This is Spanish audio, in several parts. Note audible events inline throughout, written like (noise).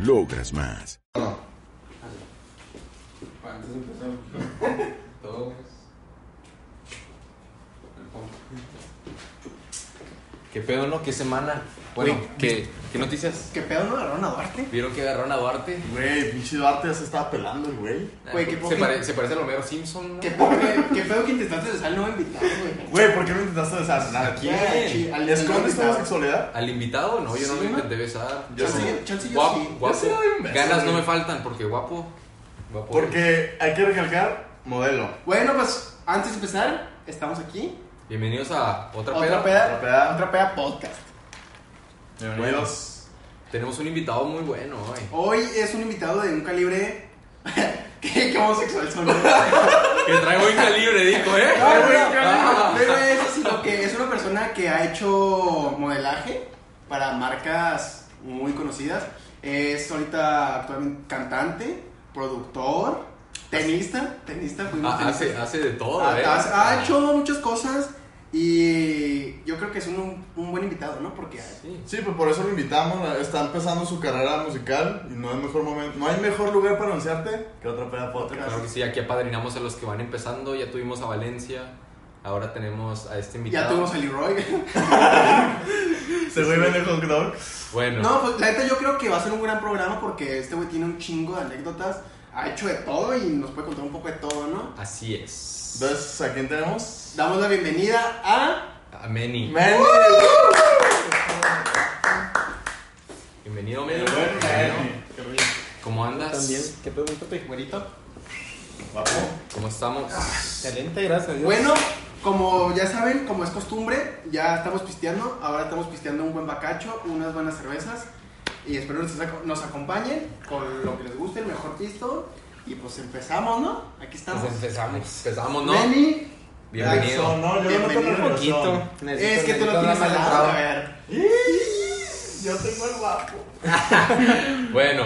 logras más. Antes de empezar, todos. Qué pedo, ¿no? Qué semana. Bueno, Güey, ¿qué, ¿qué noticias? ¿Qué pedo no agarraron a Duarte? ¿Vieron que agarraron a Duarte? Güey, pinche Duarte ya se estaba pelando el güey. Güey, qué se, poca- pare- se parece a Homero Simpson, ¿no? ¿Qué pedo, qué, qué pedo que intentaste de sal no me invitaron, güey? Güey, ¿por qué no intentaste desasnar aquí? Ay, chi- al- ¿Escondes tu al- homosexualidad? ¿Al invitado? No, yo no Sí, lo ¿no? intenté besar. Yo Chance sí. yo- chance yo Guapo, sí. guapo. sí era bien beso, Ganas no güey. me faltan porque guapo. guapo eres. Porque hay que recalcar, modelo. Bueno, pues antes de empezar, estamos aquí. Bienvenidos a otra, Otra peda. peda. Otra peda. Otra peda podcast. Bienvenidos. Tenemos un invitado muy bueno (laughs) hoy. Hoy es un invitado de un calibre. (laughs) ¿Qué, qué homosexual son? güey. Que trae buen calibre, dijo, ¿eh? No, no, no, Ah, no es eso, sino que es una persona que ha hecho modelaje para marcas muy conocidas. Es ahorita actualmente cantante, productor, tenista, tenista, fuimos ah, hace, tenistas. hace de todo, Ha, ¿eh? ha- ha ah, hecho muchas cosas y yo creo que es un, un buen invitado, ¿no? Porque Sí. Sí, pues por eso lo invitamos. Está empezando su carrera musical y no hay mejor momento, no hay mejor lugar para anunciarte que otra peda Claro podcast. que sí, aquí apadrinamos a los que van empezando. Ya tuvimos a Valencia. Ahora tenemos a este invitado. ya tuvimos a Leroy. Se güey vende hot dogs. Bueno. No, pues la neta yo creo que va a ser un gran programa porque este güey tiene un chingo de anécdotas, ha hecho de todo y nos puede contar un poco de todo, ¿no? Así es. Entonces, ¿a quién tenemos? Damos la bienvenida a... A Meni. Manny. Bienvenido, El Meni. buen Manny. ¿eh? Qué rico. ¿Cómo andas? También, qué pedo, mi papi. Güerito. Guapo. ¿Cómo estamos? Excelente, gracias. a Dios. Bueno, como ya saben, como es costumbre, ya estamos pisteando, ahora estamos pisteando un buen bacacho, unas buenas cervezas y espero nos, nos acompañen con lo que les guste, el mejor pisto y pues empezamos, ¿no? Aquí estamos. Pues empezamos. Empezamos, ¿no? Benny, Eso, Bienvenido. no, yo no Bienvenido. tengo Un poquito. Necesito- es que tú necesito lo tienes más al lado, a entrada. ver. Yo tengo el guapo. Bueno,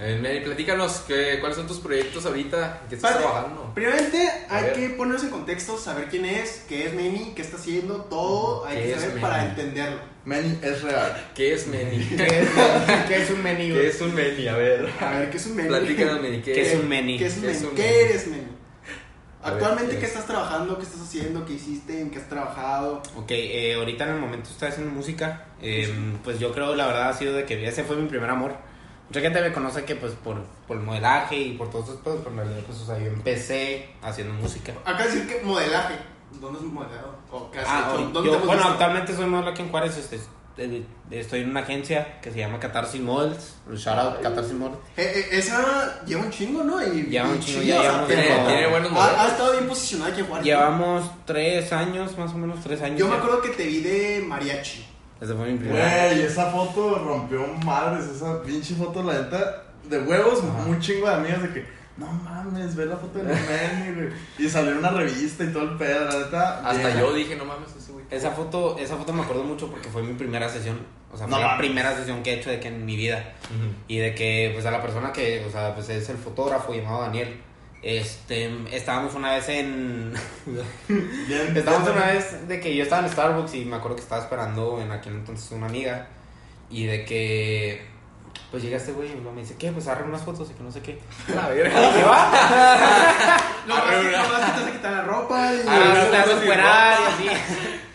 eh, Meni, platícanos qué, cuáles son tus proyectos ahorita, qué estás Vale. trabajando. Primeramente A hay ver. que ponernos en contexto, saber quién es, qué es Memi, qué está haciendo, todo hay Mm, ¿Qué que es saber Memi? para entenderlo. Manny es real. ¿Qué es Meni? ¿Qué es un menú? ¿Qué es un Meni? A ver. A ver, ¿qué es un Memi? Platícanos, Meni. ¿Qué, ¿Qué es un meni? ¿Qué es un ¿Qué es Memi? un ¿Qué Memi? eres Memi? A ver, Actualmente, ¿qué ¿qué es? estás trabajando? ¿Qué estás haciendo? ¿Qué hiciste? ¿En qué has trabajado? Ok, eh, ahorita en el momento estoy haciendo música. eh, pues yo creo, la verdad, ha sido de que ese fue mi primer amor. Mucha gente me conoce que pues por, por el modelaje y por todos esos pedos, pero en realidad pues o sea, yo empecé haciendo música. Acá decir que modelaje. ¿Dónde has modelado? ¿O qué has Ah, hecho? ahorita- ¿Dónde yo, te hemos bueno, visto? actualmente soy modelo aquí en Juárez. este, eh, estoy en una agencia que se llama Catarsis Models. un Shout out, Catarsis Models. Eh, eh, esa lleva un chingo, ¿no? Y, Lleva y un chingo, chido, ya o sea, llevamos tiene- Tiene, tiempo. tiene buenos ha, ha modelos. estado bien posicionada aquí en Juárez. Llevamos tres años, más o menos tres años. Yo me ya. acuerdo que te vi de mariachi. Ese fue mi primer Güey, esa foto rompió madres. Esa pinche foto, la neta, de huevos, un chingo de amigas de que. No mames, ve la foto de Manny, güey. Y salió en una revista y todo el pedo, la neta. Hasta bien. yo dije, no mames, ese güey. Esa foto, esa foto me acuerdo mucho porque fue mi primera sesión. O sea, No fue la mames. primera sesión que he hecho de que en mi vida. Ujú. Y de que, pues, a la persona que, o sea, pues es el fotógrafo llamado Daniel. Este, estábamos una vez en. (laughs) Bien, estábamos bien. una vez de que yo estaba en Starbucks y me acuerdo que estaba esperando en aquel entonces una amiga. Y de que. Pues llega este güey y luego me dice, ¿qué? Pues agarra unas fotos y que no sé qué. A ver. ¿Qué (laughs) va? Ah, Lo más que lo más que te vas a quitar la ropa y... Ah, Ah, no, te vas no, a sí, encuerar y así.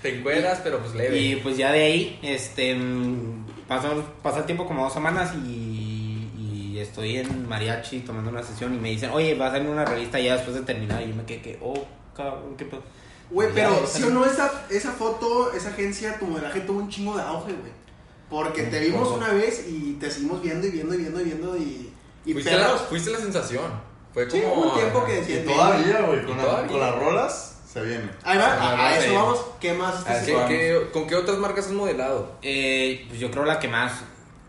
Te encueras, pero pues leve. Y pues ya de ahí, este, mm, pasó, pasa el tiempo como dos semanas y, y estoy en mariachi tomando una sesión y me dicen, oye, vas a salir una revista ya después de terminar. Y yo me quedé que, oh, cabrón, qué pedo. Güey, Ya, pero ya si o salió. no, esa, esa foto, esa agencia, tu modelaje tuvo un chingo de auge, güey. Porque te Un vimos poco. una vez y te seguimos viendo y viendo y viendo y viendo y. Y Pues fuiste, la, pelos. fuiste la sensación. Fue Sí, como. hubo un tiempo que Y decías. todavía, güey, con, Y la- todavía. con las rolas se viene. Ahí va, Se me a, a hace. eso vamos. ¿Qué más? Ah, estás ¿qué- haciendo? qué- ¿Con qué otras marcas has modelado? Eh, pues yo creo la que más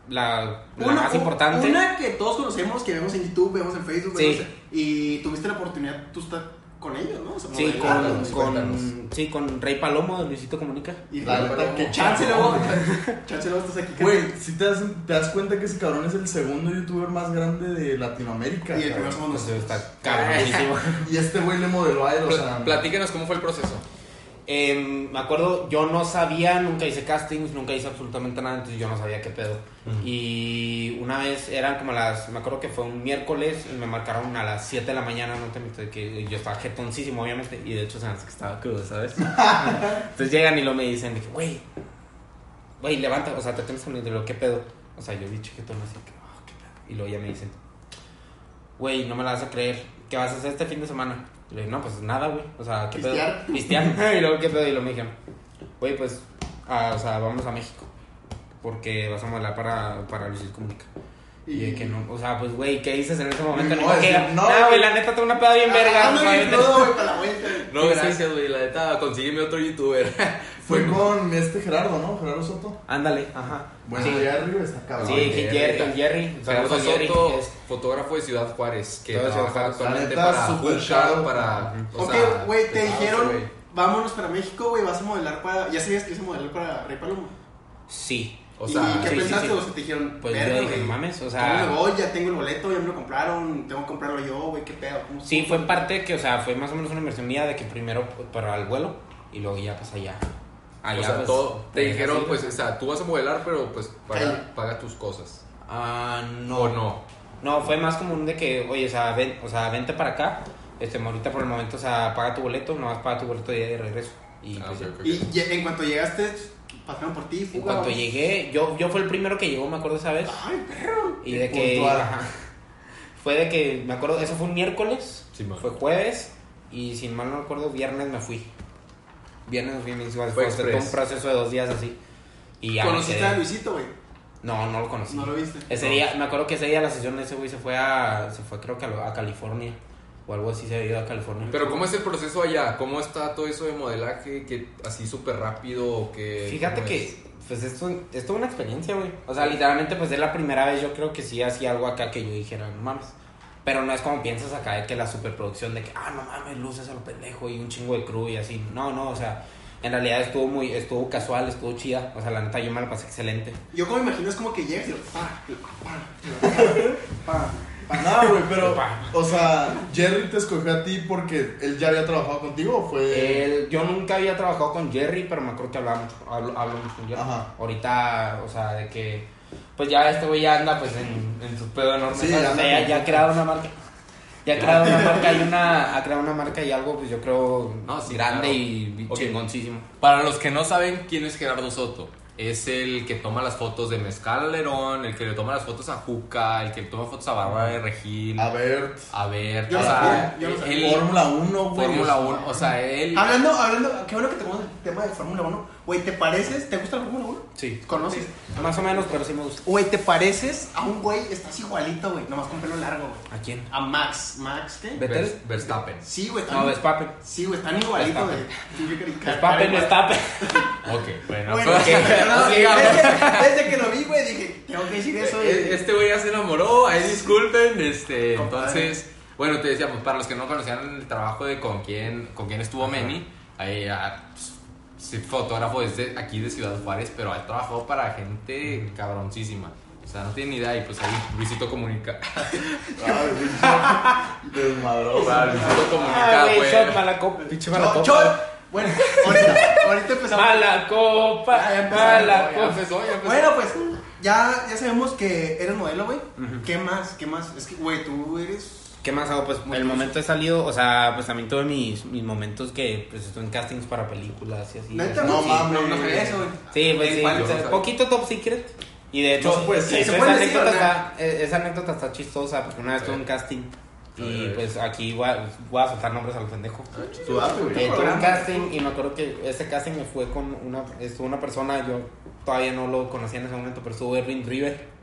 la, la más importante. Una que todos conocemos, que vemos en YouTube, vemos en Facebook. Sí. vemos- y tuviste la oportunidad, tú estás con ellos, ¿no? O sea, Sí, modelando, con, ¿no? con, sí, con Rey Palomo de Luisito Comunica. Y La dale, neta, qué chance chingón, luego. Chance luego estás aquí. Güey, si te das, te das cuenta que ese cabrón es el segundo youtuber más grande de Latinoamérica. Y el cabrón. primero somos Entonces, nosotros. pues, está cabronísimo. Y este güey le modeló a él, o sea. Pla- Platícanos cómo fue el proceso. Em, me acuerdo, yo no sabía, nunca hice castings, nunca hice absolutamente nada, entonces yo no sabía qué pedo. Y una vez eran como las, me acuerdo que fue un miércoles y me marcaron a las 7 de la mañana, no te miento, de que yo estaba jetoncísimo, obviamente, y de hecho se me hace que estaba crudo, ¿sabes? entonces llegan y lo me dicen, dije, güey, güey, levanta, o sea, te tienes que unir", y luego, ¿qué pedo? O sea, yo vi chiquetón así, que, "Ah, qué pedo. Y luego ya me dicen, güey, no me la vas a creer, ¿qué vas a hacer este fin de semana? Y le dije, no, pues nada, güey, o sea, ¿qué Pistear. pedo? Pistear. (laughs) y luego, ¿qué pedo? Y lo me dijeron, güey, pues, ah, o sea, vamos a México, porque vas a modelar para, para Luis Comunica. Y de que no, o sea, pues, güey, ¿qué dices en ese momento? No, No, decir, que, no, no, güey, güey. la neta, tengo una peda bien verga. Ah, o sea, ándale, vete- todo, güey, para la vuelta. No, Sí, gracias, güey. La neta, consígueme otro (laughs) youtuber. Fue con este Gerardo, ¿no? Gerardo Soto. Ándale, ajá. Bueno, sí, allá arriba está cabrón. sí, Jerry, Jerry, con Jerry. Gerardo saludos a Jerry, Soto, es- fotógrafo de Ciudad Juárez, que Todo de Ciudad trabaja Juárez. actualmente La neta, para súper Julcar, caro. para... o ok, sea, güey, te pesados, dijeron, güey. vámonos para México, güey, vas a modelar para. Ya sabías que ibas a modelar para Rey Paloma. Sí. O ¿Y sea, qué sí, sí, pensaste? sí. O sea, te dijeron, Pues verga, yo dije, güey, no mames, o ¿Cómo me sea. voy? Ya tengo el boleto, ya me lo compraron, tengo que comprarlo yo, güey, qué pedo. ¿Cómo Sí, fue en parte que, o sea, fue más o menos una inversión mía de que primero para el vuelo y luego ya pues allá. Allá o sea, pues, todo, te pues, dijeron, así, pues, o sea, tú vas a modelar, pero pues Ahí. paga, paga tus cosas. Ah, no. ¿O no? No, fue más común de que, oye, o sea, ven, o sea, vente para acá. Este, ahorita por el momento, o sea, paga tu boleto, no vas paga tu boleto de ida y de regreso. Y Ah, pues, ok, ya. ok, ok. Y ye- en cuanto llegaste, pasaron por ti, En fuga. cuanto güey. llegué, yo, yo fue el primero que llegó, me acuerdo esa vez. Ay, perro. Y de Qué que. puntual. ajá. (laughs) fue de que, me acuerdo, eso fue un miércoles, Simón. fue jueves, y sin mal no recuerdo, viernes me fui. Viernes me fui, me hice fue, Fue todo express. un proceso de dos días así. Y ya me ¿Conociste quedé. a Luisito, güey? No, no lo conocí. ¿No lo viste? Ese No. día, me acuerdo que ese día la sesión de ese güey se fue a, se fue creo que a, lo- a California, o algo así, se había ido a California. Pero ¿cómo es el proceso allá? ¿Cómo está todo eso de modelaje? que así súper rápido? o que, Fíjate cómo que, es? pues esto, esto es una experiencia, güey. O sea, literalmente, pues es la primera vez yo creo que sí hacía algo acá que yo dijera, no mames. Pero no es como piensas acá de que la superproducción de que, ah, no mames, luces a lo pendejo y un chingo de crew y así. No, no, o sea, en realidad estuvo muy, estuvo casual, estuvo chida. O sea, la neta, yo me la pasé excelente. Yo como me imagino es como que llegas y lo pa, y lo pa, pa, Ah, No, güey, pero. Pa. O sea, Jerry te escogió a ti porque él ya había trabajado contigo o fue. Él- yo nunca había trabajado con Jerry, pero me acuerdo que hablaba mucho, hablo, hablo mucho con Jerry. Ajá. Ahorita, o sea, de que, pues ya este güey ya anda pues en, en su pedo enorme. Sí, ¿sabes? ya O anda sea, ya, con- ya ha creado una marca. Ya ha creado una marca y una, ha creado una marca y algo, pues yo creo, No, sí, grande claro. y Ok. chingoncísimo. Para los que no saben quién es Gerardo Soto, es el que toma las fotos de Mezcal Alerón, el que le toma las fotos a Juca, el que le toma fotos a Barra de Regil, A ver. a ver, Yo o no sea, sabía, yo no sabía. él- Fórmula 1, güey. Fórmula 1, o sea, él... pa. Hablando, hablando, qué bueno que tengamos el tema de Fórmula 1. Güey, ¿te pareces? ¿Te gusta la Fórmula 1? Sí. ¿Conoces? Más o menos, pero sí me gusta. Güey, ¿te pareces a un güey? Estás igualito, güey, nomás con pelo largo, güey. ¿A quién? A Max. ¿Max qué? Ve- Ver- Verstappen. Sí, güey, están... No, Vespapen. Sí, güey, están igualitos, güey. (laughs) Sí, yo quería- Vespapen, Vespapen. Ok, bueno. Bueno, (laughs) pues- no, no, sigamos. desde, desde que lo vi, güey, dije, tengo que decir eso, güey. E- Este güey ya se enamoró, ahí disculpen, este, Compadre. entonces, bueno, te decíamos, para los que no conocían el trabajo de con quién, con quién estuvo Meni, ahí, ah, pues, sí, fotógrafo es de- aquí de Ciudad Juárez, pero ha trabajado para gente cabroncísima, o sea, no tiene ni idea, y pues ahí Luisito (laughs) Comunica, Ay, güey, (laughs) Desmadroso. para Luisito Comunica, Ah, güey, shot, güey, mala copa. Pinche No, chon. Bueno, ahorita, ahorita empezamos. Mala copa, Ah, ya empezó, mala ya copa. empezó, ya empezó. Bueno, pues ya, ya sabemos que eres modelo, güey. ¿Qué más? ¿Qué más? Es que, güey, tú eres. ¿Qué más hago? Pues Muy el bien. momento he salido, o sea, pues también tuve mis, mis momentos que pues estuve en castings para películas y así. Neta, no güey, mames. No, no sabía eso, güey. Sí, pues Eh, sí, ¿cuál o sea, es? poquito top secret. Y de hecho, No, pues, sí, esa, se puede decir, anécdota ¿verdad? está, eh, esa anécdota está chistosa porque una vez A tuve ver. un casting A ver, a y ver. pues aquí voy a, voy a soltar nombres al pendejo. Tú date, Eh, güey. tuve un casting y me acuerdo que ese casting me fue con una, estuvo una persona, yo todavía no lo conocía en ese momento, pero estuvo Erwin River.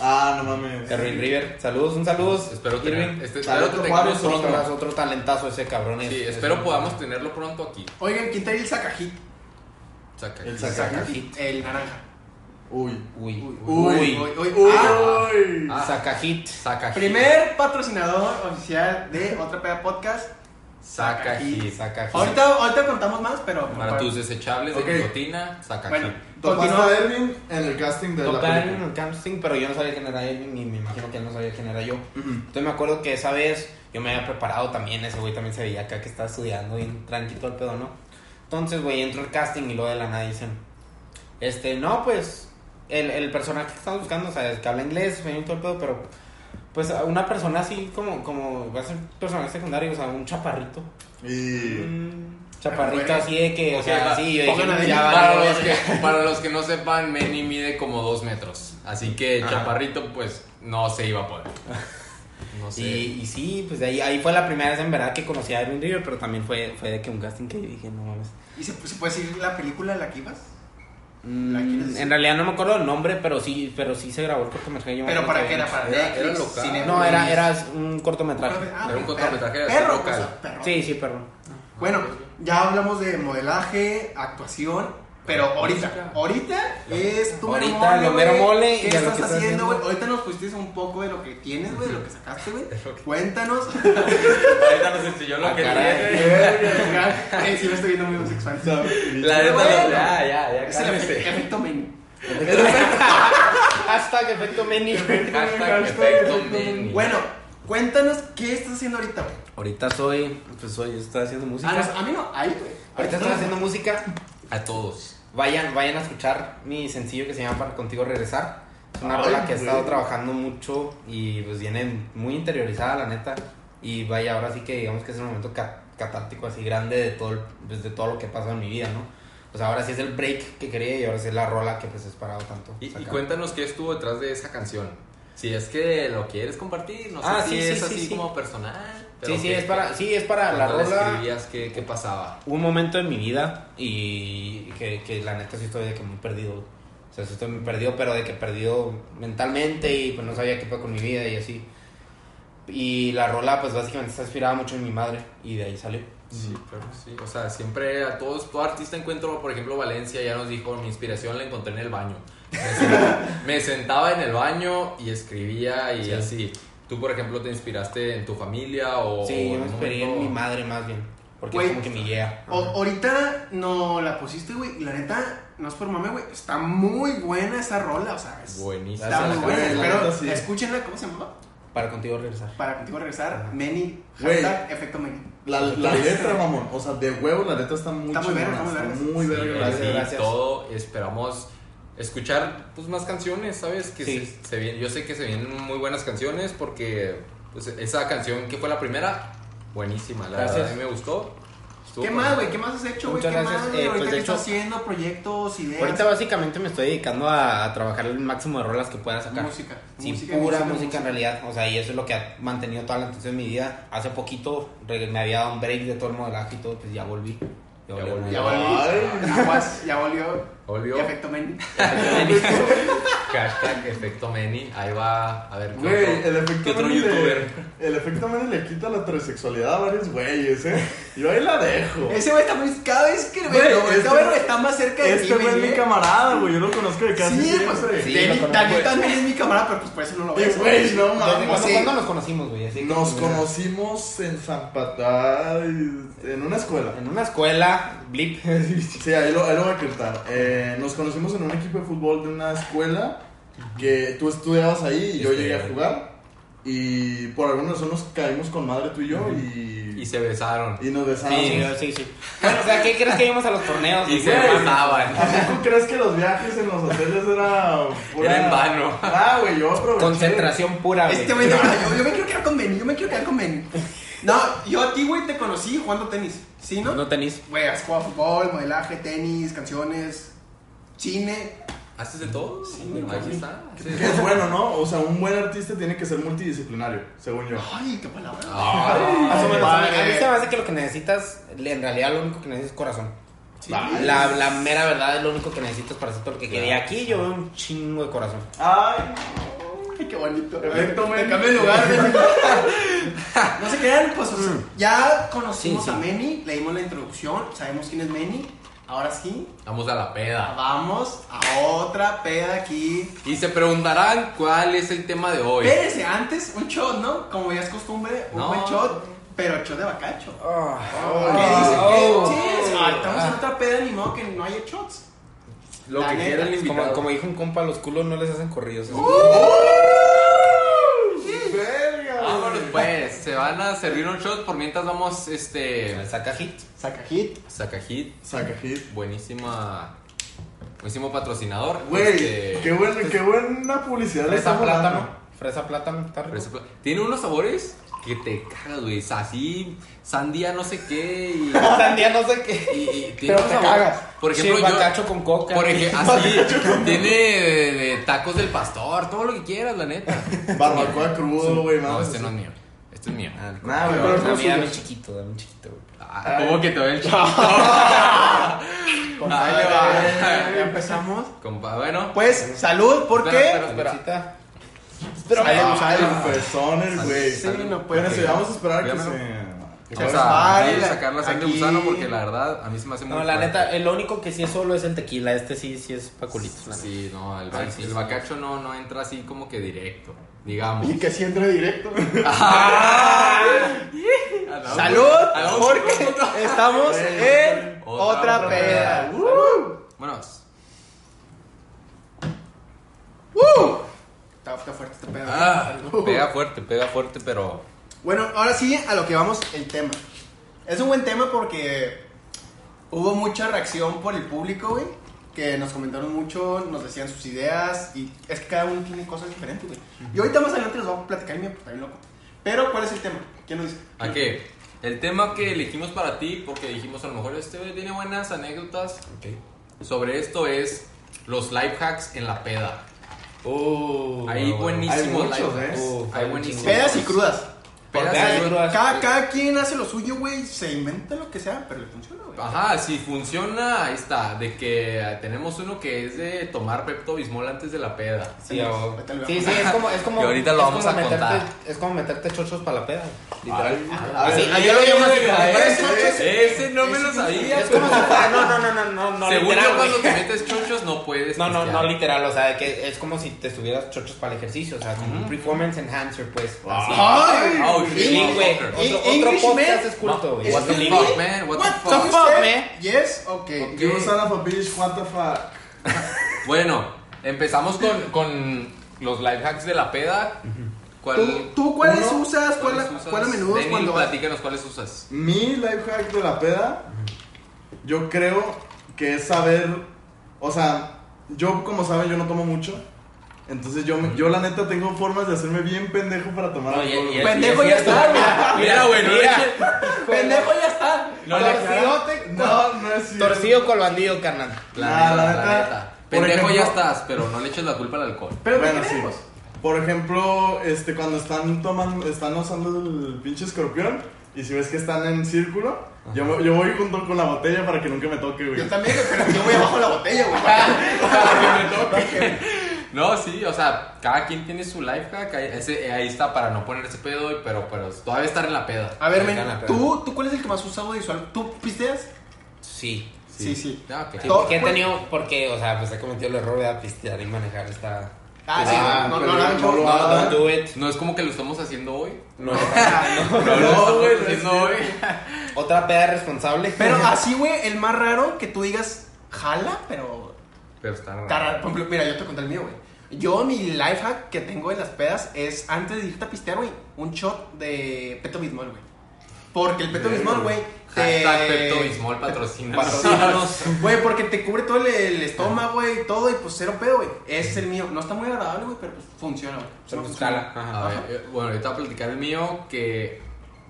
Ah, no mames. Erwin River, saludos, un saludo. espero tener, este, Claro, espero que Juárez, tengamos Otro, pronto, otro talentazo ese cabrón. es- sí, es espero un- podamos tenerlo pronto aquí, Oigan, ¿quién trae el sacajit? saca, El saca- El naranja. Uy. Uy. Uy, Uy. uy, uy, uy. Uy. Ah. Saca hit. Saca hit. Primer patrocinador oficial de Otra Peda Podcast. Saca hit. Saca hit. Ahorita, ahorita contamos más, pero. Para tus desechables de Ok. nicotina, saca Bueno, hit. Topaste a continúa. Erwin en el casting de la Tocaron en película. el casting, pero yo no sabía quién era él, ni me imagino que él no sabía quién era yo. Ujú. Entonces me acuerdo que esa vez yo me había preparado también, ese güey también se veía acá que estaba estudiando bien tranquilo el pedo, ¿no? Entonces, güey, entro al casting y luego de la nada dicen, este, no, pues, el, el personaje que estamos buscando, o sea, el que habla inglés, español y todo el pedo, pero, pues, a una persona así como, como, va a ser personaje secundario, o sea, un chaparrito. Y. Mm, Un chaparrito Güey. así de que, o Ok, sea, va- así, yo pongan dije, "Pues ahí, ya Para valió los, verga. que, para los que no sepan, Manny mide como dos metros. Así que Ajá. Chaparrito, pues, no se iba a poder. No sé. Y, y sí, pues de ahí, ahí fue la primera vez en verdad que conocí a Edwin River, pero también fue, fue de que un casting que yo dije, no mames. ¿Y se, se puede decir la película a la que ibas? Mm, ¿La quieres decir? en realidad no me acuerdo el nombre, pero sí, pero sí se grabó el cortometraje. yo me ¿Pero acuerdo para que qué era? habíamos- ¿Para Era- Netflix? era local. Cinepolis. No, era, era un cortometraje. Ah, Era un perro, cortometraje así perro, local. cosa, perro. Sí, sí, perdón. Bueno, ya hablamos de modelaje, actuación, pero ahorita, ahorita es tu Ahorita, mero lo mero güey. mole y ¿Qué de lo estás que estás haciendo, haciendo? güey? Ahorita nos pusiste un poco de lo que tienes, güey, de lo que sacaste, (laughs) güey. Cuéntanos. (laughs) Ahorita nos enseñó Ah, lo que caray. tiene. Eh, sí me estoy viendo muy homosexual. La neta, Bueno. no- ya, ya, ya, Es el cálmese. efe- efecto men. (laughs) (laughs) Hashtag efecto Meni. Hashtag efecto Manny. Bueno, cuéntanos qué estás haciendo ahorita, güey. Ahorita soy, pues soy, estoy haciendo música. Ah, no, a mí no, ahí, güey. Ahorita estoy haciendo música. a todos. Vayan, vayan a escuchar mi sencillo que se llama Para Contigo Regresar. Es una Ay, rola que he estado güey. trabajando mucho y pues viene muy interiorizada, la neta. Y vaya, ahora sí que digamos que es un momento ca- catártico así grande de todo, el- pues, de todo lo que pasa en mi vida, ¿no? O sea, ahora sí es el break que quería y ahora sí es la rola que pues he esperado tanto. Y, y sacar. cuéntanos qué estuvo detrás de esa canción. Si es que lo quieres compartir, no sé Ah, si sí, sí, es sí, así sí. como personal. pero Sí, sí, que- es para, sí, es para la cuando rola. escribías, ¿qué, qué pasaba? un momento en mi vida y que, que la neta sí estoy de que muy perdido. O sea, sí estoy muy perdido, pero de que perdido mentalmente y pues no sabía qué fue con mi vida y así. Y la rola pues básicamente está inspirada mucho en mi madre y de ahí salió. Sí, claro, sí. O sea, siempre a todos, todo artista encuentro, por ejemplo, Valencia ya nos dijo, mi inspiración la encontré en el baño. Me (laughs) sen- Me sentaba en el baño y escribía y Sí. así. ¿Tú, por ejemplo, te inspiraste en tu familia o...? sí, o yo en me un inspiré en momento? mi madre más bien, porque Güey. es como que me guía. O- ahorita no la pusiste, güey. y La neta, no es por mame, güey. Está muy buena esa rola, o sea, es- Buenísimo. está muy Gracias, buena. la Pero neta, sí. escúchenla, ¿cómo se llama? Para contigo regresar. Para contigo regresar, Ajá. Meni. Güey. Hashtag efecto Meni. La, la letra, mamón. O sea, de huevo, la letra está muy Está muy verga, chingona, está muy está verga. muy Sí, verga. la así letra. gracias. todo esperamos escuchar pues más canciones, ¿sabes? Que Sí. se, se vienen- yo sé que se vienen muy buenas canciones porque pues, esa canción que fue la primera, buenísima, la Gracias. verdad a mí me gustó. Estuvo ¿Qué buena. más, güey? ¿Qué más has hecho, güey? ¿Qué Muchas gracias, más, güey? eh, ahorita pues, que de estás hecho- haciendo proyectos, ideas. Ahorita básicamente me estoy dedicando a, a trabajar el máximo de rolas que pueda sacar. Música, Sí, música, pura música, música, música. en realidad. O sea, y eso es lo que ha mantenido toda la atención de mi vida. Hace poquito re- me había dado un break de todo el modelaje y todo, pues ya volví. Ya volví. Ya Ya volvió. Aguas, ya volvió. Volvió. Efecto Meni. Hashtag efecto Manny. Ahí va a ver Güey, otro- el efecto qué otro Manny le- youtuber. el efecto Manny le quita la transexualidad a varios güeyes, ¿eh? Yo ahí la dejo. Ese güey está muy. Cada vez que lo Güey, veo, güey, este está, güey, güey- está más cerca de ti, Este güey es mi ¿eh? camarada, güey. Yo lo conozco de casi Sí, siempre. pues, Sí, de- lo conozco, también, güey. también es mi cámara, pero pues por eso no lo Eh, ves. Güey, no ¿Desde mames. cuándo, sí. cuándo nos conocimos, güey? Así que- pues, Nos conocimos en San Patá, en una escuela. En una escuela, blip. (laughs) Sí, ahí lo, ahí lo voy a contar. Eh, nos conocimos en un equipo de fútbol de una escuela que tú estudiabas ahí y yo llegué a jugar. Y por alguna razón nos caímos con madre tú y yo Y y, se besaron. y nos besamos. Sí, sí, sí. Bueno, o sea, ¿qué crees que íbamos a los torneos? Y se güey? mataban. ¿A poco crees que los viajes en los hoteles era pura- Era en vano. Ah, güey, yo aproveché. Concentración pura, güey. Este güey, no, yo, yo me quiero quedar con Benny, yo me quiero quedar con Benny. No, yo a ti, güey, te conocí jugando tenis. ¿Sí, no? No tenis. Güey, has jugado fútbol, modelaje, tenis, canciones, cine. ¿Haces de todo? Sí, aquí está. Sí. Que es bueno, ¿no? O sea, un buen artista tiene que ser multidisciplinario, según yo. Ay, qué Ah. palabra. Ay, Más o menos. padre. A mí se me hace que lo que necesitas, en realidad lo único que necesitas es corazón. Sí. La, la mera verdad es lo único que necesitas para hacer todo lo que quería. Aquí yo veo un chingo de corazón. Ay, Ay, qué bonito. Efecto Te Meni. cambio de lugar. güey. no se crean, pues o sea, ya conocimos Sí, sí. a Meni, leímos la introducción, sabemos quién es Meni. ahora sí, Vamos a la peda. vamos a otra peda aquí. Y se preguntarán cuál es el tema de hoy. Espérense, antes un shot, ¿no? Como ya es costumbre, un No. buen shot, pero shot de bacacho. Oh, ¿Qué dice? oh, ¿Qué? Cheers. oh, Ay, estamos en ah. otra peda, ni modo que no haya shots. Lo La que neta, quiera el invitado. Como, como dijo un compa, los culos no les hacen corridos. Verga, Vámonos, güey. pues. Se van a servir un shot por mientras vamos, este. Saca hit. Saca hit. Saca hit. Saca hit. Buenísima. Buenísimo patrocinador. Güey, Este, qué, buen- qué buena publicidad le Fresa estamos plátano. dando. Fresa plátano. Está rico. Fresa pla- Tiene unos sabores que te cagas, güey. Así, sandía, no sé qué. Y, (laughs) Sandía no sé qué. y- y tiene Pero unos te sabores- cagas. Por ejemplo, Sí, yo. bacacho con coca. Ah, Por ejemplo, así. tiene de- de tacos del pastor, todo lo que quieras, la neta. Barbacoa crudo, güey, No, mames. este no es mío. Este es mío. Ah, Nah, güey, Pero pero dame, suyo. dame chiquito, dame chiquito. güey. Ah, ¿Cómo que te doy el shot? Ahí le Ya va. empezamos. Compa, bueno. Pues, salud, ¿por Espera, qué? espera, espera. Saludcita. Ay, Espérame. Ah, el pezón, el güey. Sí, no puede Bueno, sí, ser. vamos a esperar que Cuídamelo. se. O sea, Ahora vale, hay que sacar la sangre de aquí. gusano porque la verdad a mí se me hace muy No, la fuerte. neta, el único que sí es solo es el tequila. Este sí, sí es pa' culitos, la neta. Sí, no, el, ba- Ah, sí, el sí. bacacho no, no entra así como que directo, digamos. (laughs) Y que si entra directo. Ah, no, Salud, güey. Ah, no, porque puto. estamos en (laughs) Otra otra peda. peda. Uh. ¡Woo! Bueno, ¡Woo! Está está fuerte este esta peda. ah, Uh. pega fuerte, pega fuerte, pero Bueno, ahora sí a lo que vamos el tema. Es un buen tema porque hubo mucha reacción por el público, güey. Que nos comentaron mucho, nos decían sus ideas y es que cada uno tiene cosas diferentes, güey. Y ahorita más adelante les vamos a platicar el mío, porque está bien loco. Pero, ¿cuál es el tema? ¿Quién nos dice? ¿a qué? El tema que elegimos para ti, porque dijimos a lo mejor este güey tiene buenas anécdotas sobre esto, es los life hacks en la peda. Uh, Hay bueno, bueno. buenísimos Hay muchos, life hacks. ¿eh? Uf, hay hay buenísimos. Pedas y crudas. Eh, Pedas y Pedas y crudas. crudas. Cada, cada quien hace lo suyo, güey. Se inventa lo que sea, pero le funciona, güey. Ajá, si funciona, ahí está. De que tenemos uno que es de tomar Pepto Bismol antes de la peda. Sí, a huevo. Ahorita lo sí, vamos sí, es como, es como. Y ahorita lo es vamos como a meterte- contar. Es como meterte chochos para la peda. Literal. Así, Así. ah, yo lo llamo así. como meterte chochos. Ese ese no me lo sabía. Es como si fuera- no, no, no, no, no, no, Según literal, yo, cuando güey. te metes chochos no puedes. No, no, no pistear. literal, o sea, de que es como si te estuvieras chochos para el ejercicio, o sea, como un performance enhancer, pues. así. ¡Ay! Oh, Sí, shit, güey. motherfucker. Otro, otro English podcast man. es culto, güey. What the Is it fuck, really? man? What, the What fuck? the fuck, man? Yes, okay. You son of a bitch, what the fuck. Bueno, empezamos con, con los life hacks de la peda. ¿Cuál, ¿Tú, tú cuáles uno, usas? ¿Cuál, cuáles usas? cuál a menudo Denny, cuando vas? platícanos cuáles usas. Mi life hack de la peda, yo creo que es saber, o sea, yo como saben yo no tomo mucho, entonces yo, me- yo la neta tengo formas de hacerme bien pendejo para tomar No, y- alcohol, y- güey. es- Pendejo y ya es- está, güey. Mira, güey, no le Mira. eches- Pendejo ya está. No le- Torcidote, No, no es cierto. Torcido con bandido, carnal. La, Ah, neta, la la neta. neta. Por Pendejo ejemplo- ya estás, pero no le eches la culpa al alcohol. Pero Bueno, ¿qué sí. queremos? Por ejemplo, este, cuando están tomando, están usando el pinche escorpión y si ves que están en círculo, yo, me- yo voy junto con la botella para que nunca me toque, güey. Yo también, güey, pero yo voy abajo de la botella, güey. Para que me toque. No, sí, o sea, cada quien tiene su life hack. Ahí, ese- ahí está para no poner ese pedo, y- pero, pero todavía estar en la peda. A ver, Acá en la men, peda. ¿tú, ¿tú cuál es el que más usado visual? ¿Tú pisteas? Sí. Sí, sí. Ah, Sí, claro. porque he tenido, porque, o sea, pues he cometido el error de pistear y manejar esta. Ah, sí, Ah, no, no, pero no, yo no, no lo no, no, hago. No, don't do it. No es como que lo estamos haciendo hoy. No. (laughs) (laughs) Ah, No, no lo estamos güey, no haciendo es hoy. Otra peda responsable. Pero (laughs) así, güey, el más raro que tú digas, jala, pero... Pero está raro. está raro. Por ejemplo, mira, yo te conté el mío, güey. Yo, mi life hack que tengo en las pedas es, antes de irte a pistear, güey, un shot de Peto Bismol, güey. Porque el Peto Bismol, güey, te... Hashtag Pepto Bismol patrocina. eh, Patrocínanos. Güey, porque te cubre todo el, el estómago, güey, y todo, y pues cero pedo, güey. Ese es el mío. No está muy agradable, güey, pero pues funciona, güey. Pero pues Funciona. jala. Ajá. A ver, eh, bueno, ahorita voy a platicar el mío que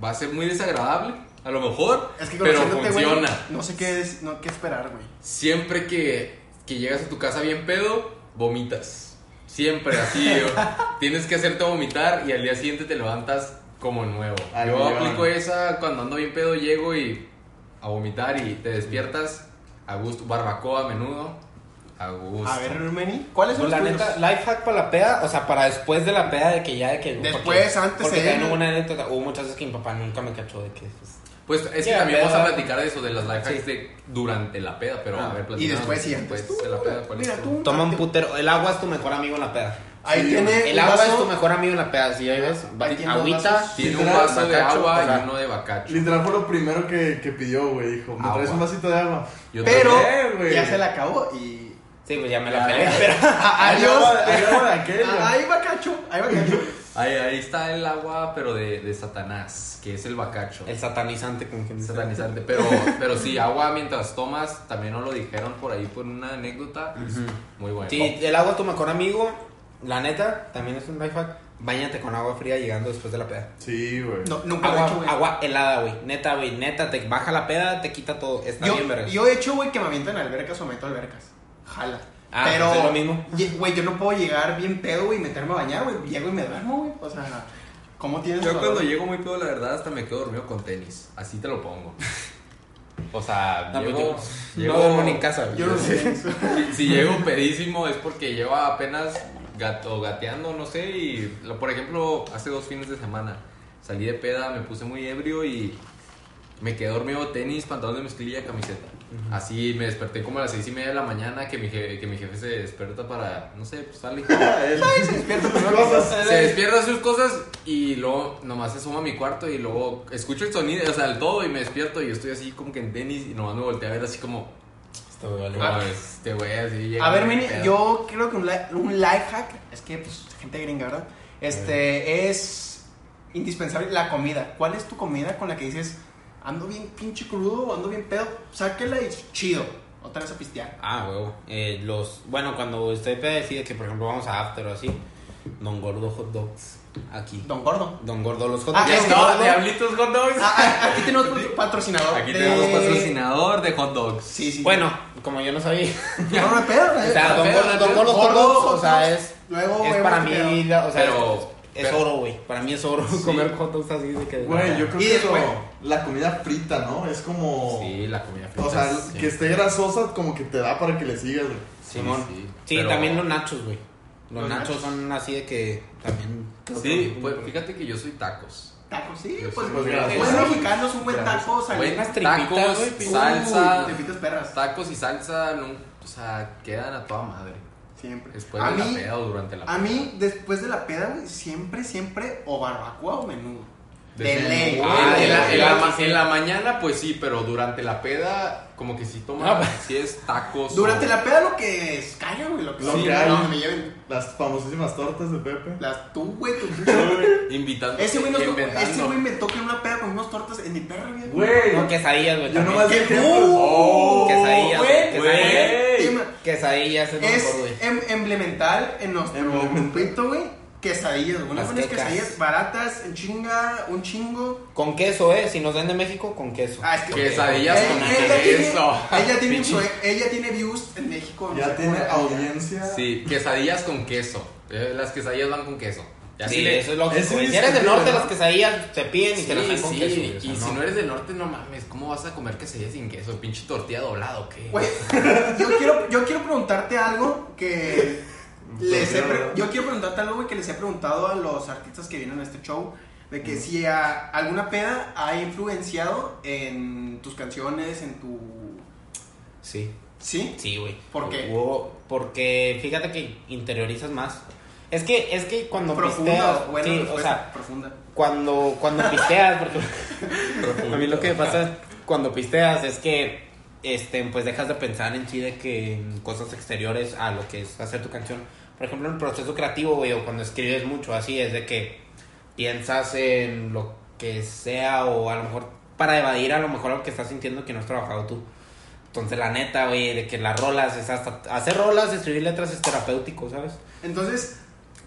va a ser muy desagradable, a lo mejor, Es que pero conociéndote, güey, funciona. no sé qué, es- no, qué esperar, güey. Siempre que, que llegas a tu casa bien pedo, vomitas. Siempre así. o- (laughs) tienes que hacerte vomitar y al día siguiente te levantas como nuevo. Al Yo millón. aplico esa cuando ando bien pedo, llego y a vomitar y te despiertas a gusto. Barbacoa a menudo. A gusto. A ver, Rumeni, ¿cuáles son Pues la los neta, tuyos? life hack para la peda, o sea, para después de la peda, de que ya de que. Después, antes, Porque eh. también hubo una anécdota, hubo muchas veces que mi papá nunca me cachó de que. pues, Pues es que Sí, la también vamos a peda- platicar de eso, de las life hacks Sí. de durante la peda, pero a ver, Ah, y platícanos después sí, antes. después de la peda, ¿cuál es Mira, tu- tú. Toma un putero. El agua es tu mejor amigo en la peda. Ahí Sí, tiene. El un agua es vaso. tu mejor amigo en la peda. Si ahí ves, va- Ahí tiene dos agüita. vasos. Tiene un Literal, vaso de bacacho, agua o sea, y uno de bacacho. Literal fue lo primero que, que pidió, güey. Dijo, ¿me traes Agua. un vasito de agua? Yo Pero también. Eh, güey. ya se la acabó y. Sí, pues ya me la peleé. Pero Ah, (laughs) Hay Adiós. agua- hay agua de aquella. Ah, Ahí va cacho. Ahí va cacho. Ahí, ahí está el agua, pero de, de Satanás, que es el bacacho. el satanizante con quien satanizante. (laughs) Pero, pero sí, agua mientras tomas, también nos lo dijeron por ahí por una anécdota. y es Muy bueno. Sí, el agua es tu mejor amigo. La neta, también es un life hack. Báñate con agua fría llegando después de la peda. Sí, güey. No, nunca lo he hecho, Agua, güey. agua helada, güey. Neta, güey. Neta, te baja la peda, te quita todo. Está bien, Yo, verga. yo he hecho, güey, que me avientan albercas o meto albercas. Jala. Ah, pero. pues es lo mismo. ye- Güey, yo no puedo llegar bien pedo, güey, y meterme a bañar, güey. Llego y me duermo, güey. O sea, ¿cómo tienes Yo valor? cuando llego muy pedo, la verdad, hasta me quedo dormido con tenis. Así te lo pongo. O sea, No, pues llego- yo llego- no duermo ni en casa, güey. Yo no sé. eso. Si, (laughs) si llego pedísimo es porque lleva apenas gato, gateando, no sé. Y lo- por ejemplo, hace dos fines de semana salí de peda, me puse muy ebrio y me quedé dormido tenis, pantalón de mezclilla, camiseta. Así me desperté como a las seis y media de la mañana que mi, je- que mi jefe se despierta para, no sé, pues (laughs) salir. Se despierta (laughs) primero. Se despierta sus cosas y luego nomás se asoma a mi cuarto y luego escucho el sonido, o sea, el todo y me despierto y yo estoy así como que en tenis y nomás me volteé a ver así como, Esto, güey, vale, ah, madre. este güey así. llega A ver, muy Mini, pedo. yo creo que un, li- un life hack, es que pues gente gringa, ¿verdad? Este es indispensable la comida. ¿Cuál es tu comida con la que dices, ando bien pinche crudo o ando bien pedo? Sáquela y chido. Otra vez a pistear. Ah, huevo. Eh, los, bueno, cuando usted decide que, por ejemplo, vamos a After o así, Don Gordo Hot Dogs, aquí. Don, Don Gordo. Gordo los Hot Ah, Dogs. es No, Gordo. diablitos hot dogs. Ah, ah, aquí tenemos patro- patrocinador. Aquí de- tenemos patrocinador de hot dogs. Sí, sí. Bueno, como yo no sabía. No, no hay pedo. o eh. sea, Don, Gordo, Don Gordo Hot Gordo Dogs, Hot o sea, Dogs. es, Oh, Luego, es güey, para vamos a mí, pegar. la- o sea, Pero- es, pero- oro, güey. Para mí es oro comer hot dogs así de que... Güey, yo creo Y que después- lo- la comida frita, ¿no? Es como... Sí, la comida frita. O sea, es- que esté grasosa como que te da para que le sigas, güey. Simón. Sí, Sí, sí. Pero- también los nachos, güey. Los, Los nachos nachos. son así de que también... creo Sí, que- pues fíjate que yo soy tacos. Tacos, sí, Yo pues. soy- pues, Buen gracias. mexicano es un buen taco, Güey, salinas. tripitas, tacos, güey, pinche- salsa. Te pitas perras. Tacos y salsa, no, o sea, quedan a toda madre. Siempre. Después a de mí, la peda o durante la peda. A mí, después de la peda, güey, siempre, siempre, o barbacoa o menudo. De Desde- ley. Ah, de en, la, ley. en la ma- en la mañana, pues sí, pero durante la peda, como que sí toma, Ah, sí es tacos. pues. Durante o- la peda lo que es, calla, güey, lo que Lo sí, que güey, hay. donde me lleven. Las famosísimas tortas de Pepe. Las tú, (laughs) güey, tu Invitando. Ese güey nos tocó, inventando. ese güey me toca en una peda con unas tortas en mi perra, güey. Güey, No, quesadillas, güey. yo también. nomás ¿Qué? dije... ¡Oh! quesadillas, Güey, quesadillas. güey. Tema. Quesadillas es lo Es mejor, güey. em- emblemental en nuestro Emblemental. grupito, güey. Quesadillas, güey. Unas Las buenas quecas. quesadillas baratas, en chinga, un chingo. Con queso, eh. Si nos ven de México, con queso. Ah, es que Quesadillas Ey, con ella tiene- queso. Ella tiene, Pinche- influ- ella tiene views en México. no sé Ya tiene cómo la- audiencia. Sí, quesadillas con queso. Eh, Las quesadillas van con queso. Y así Sí, le- eso es lógico. Es güey. si eres del indiscutible, norte, ¿no? las quesadillas se piden y Sí, te las dan con sí, queso. y güey, o sea, si no eres del norte, no mames, ¿cómo vas a comer quesadillas sin queso? Pinche tortilla doblada o qué. Güey, yo quiero, yo quiero preguntarte algo que les he pre- yo quiero preguntarte algo güey, que les he preguntado a los artistas que vienen a este show de que si a- alguna peda ha influenciado en tus canciones, en tu Sí, sí, sí, güey. ¿Por qué? Hubo- porque fíjate que interiorizas más. Es que, es que cuando profunda, pisteas. buena sí, o respuesta, sea, profunda. cuando, cuando pisteas, porque (laughs) a mí lo que pasa cuando pisteas es que este, pues dejas de pensar en sí de que en cosas exteriores a lo que es hacer tu canción. Por ejemplo, en el proceso creativo, güey, o cuando escribes mucho, así es de que piensas en lo que sea o a lo mejor para evadir a lo mejor algo que estás sintiendo que no has trabajado tú. Entonces, la neta, güey, de que las rolas, es hasta hacer rolas, escribir letras es terapéutico, ¿sabes? Entonces,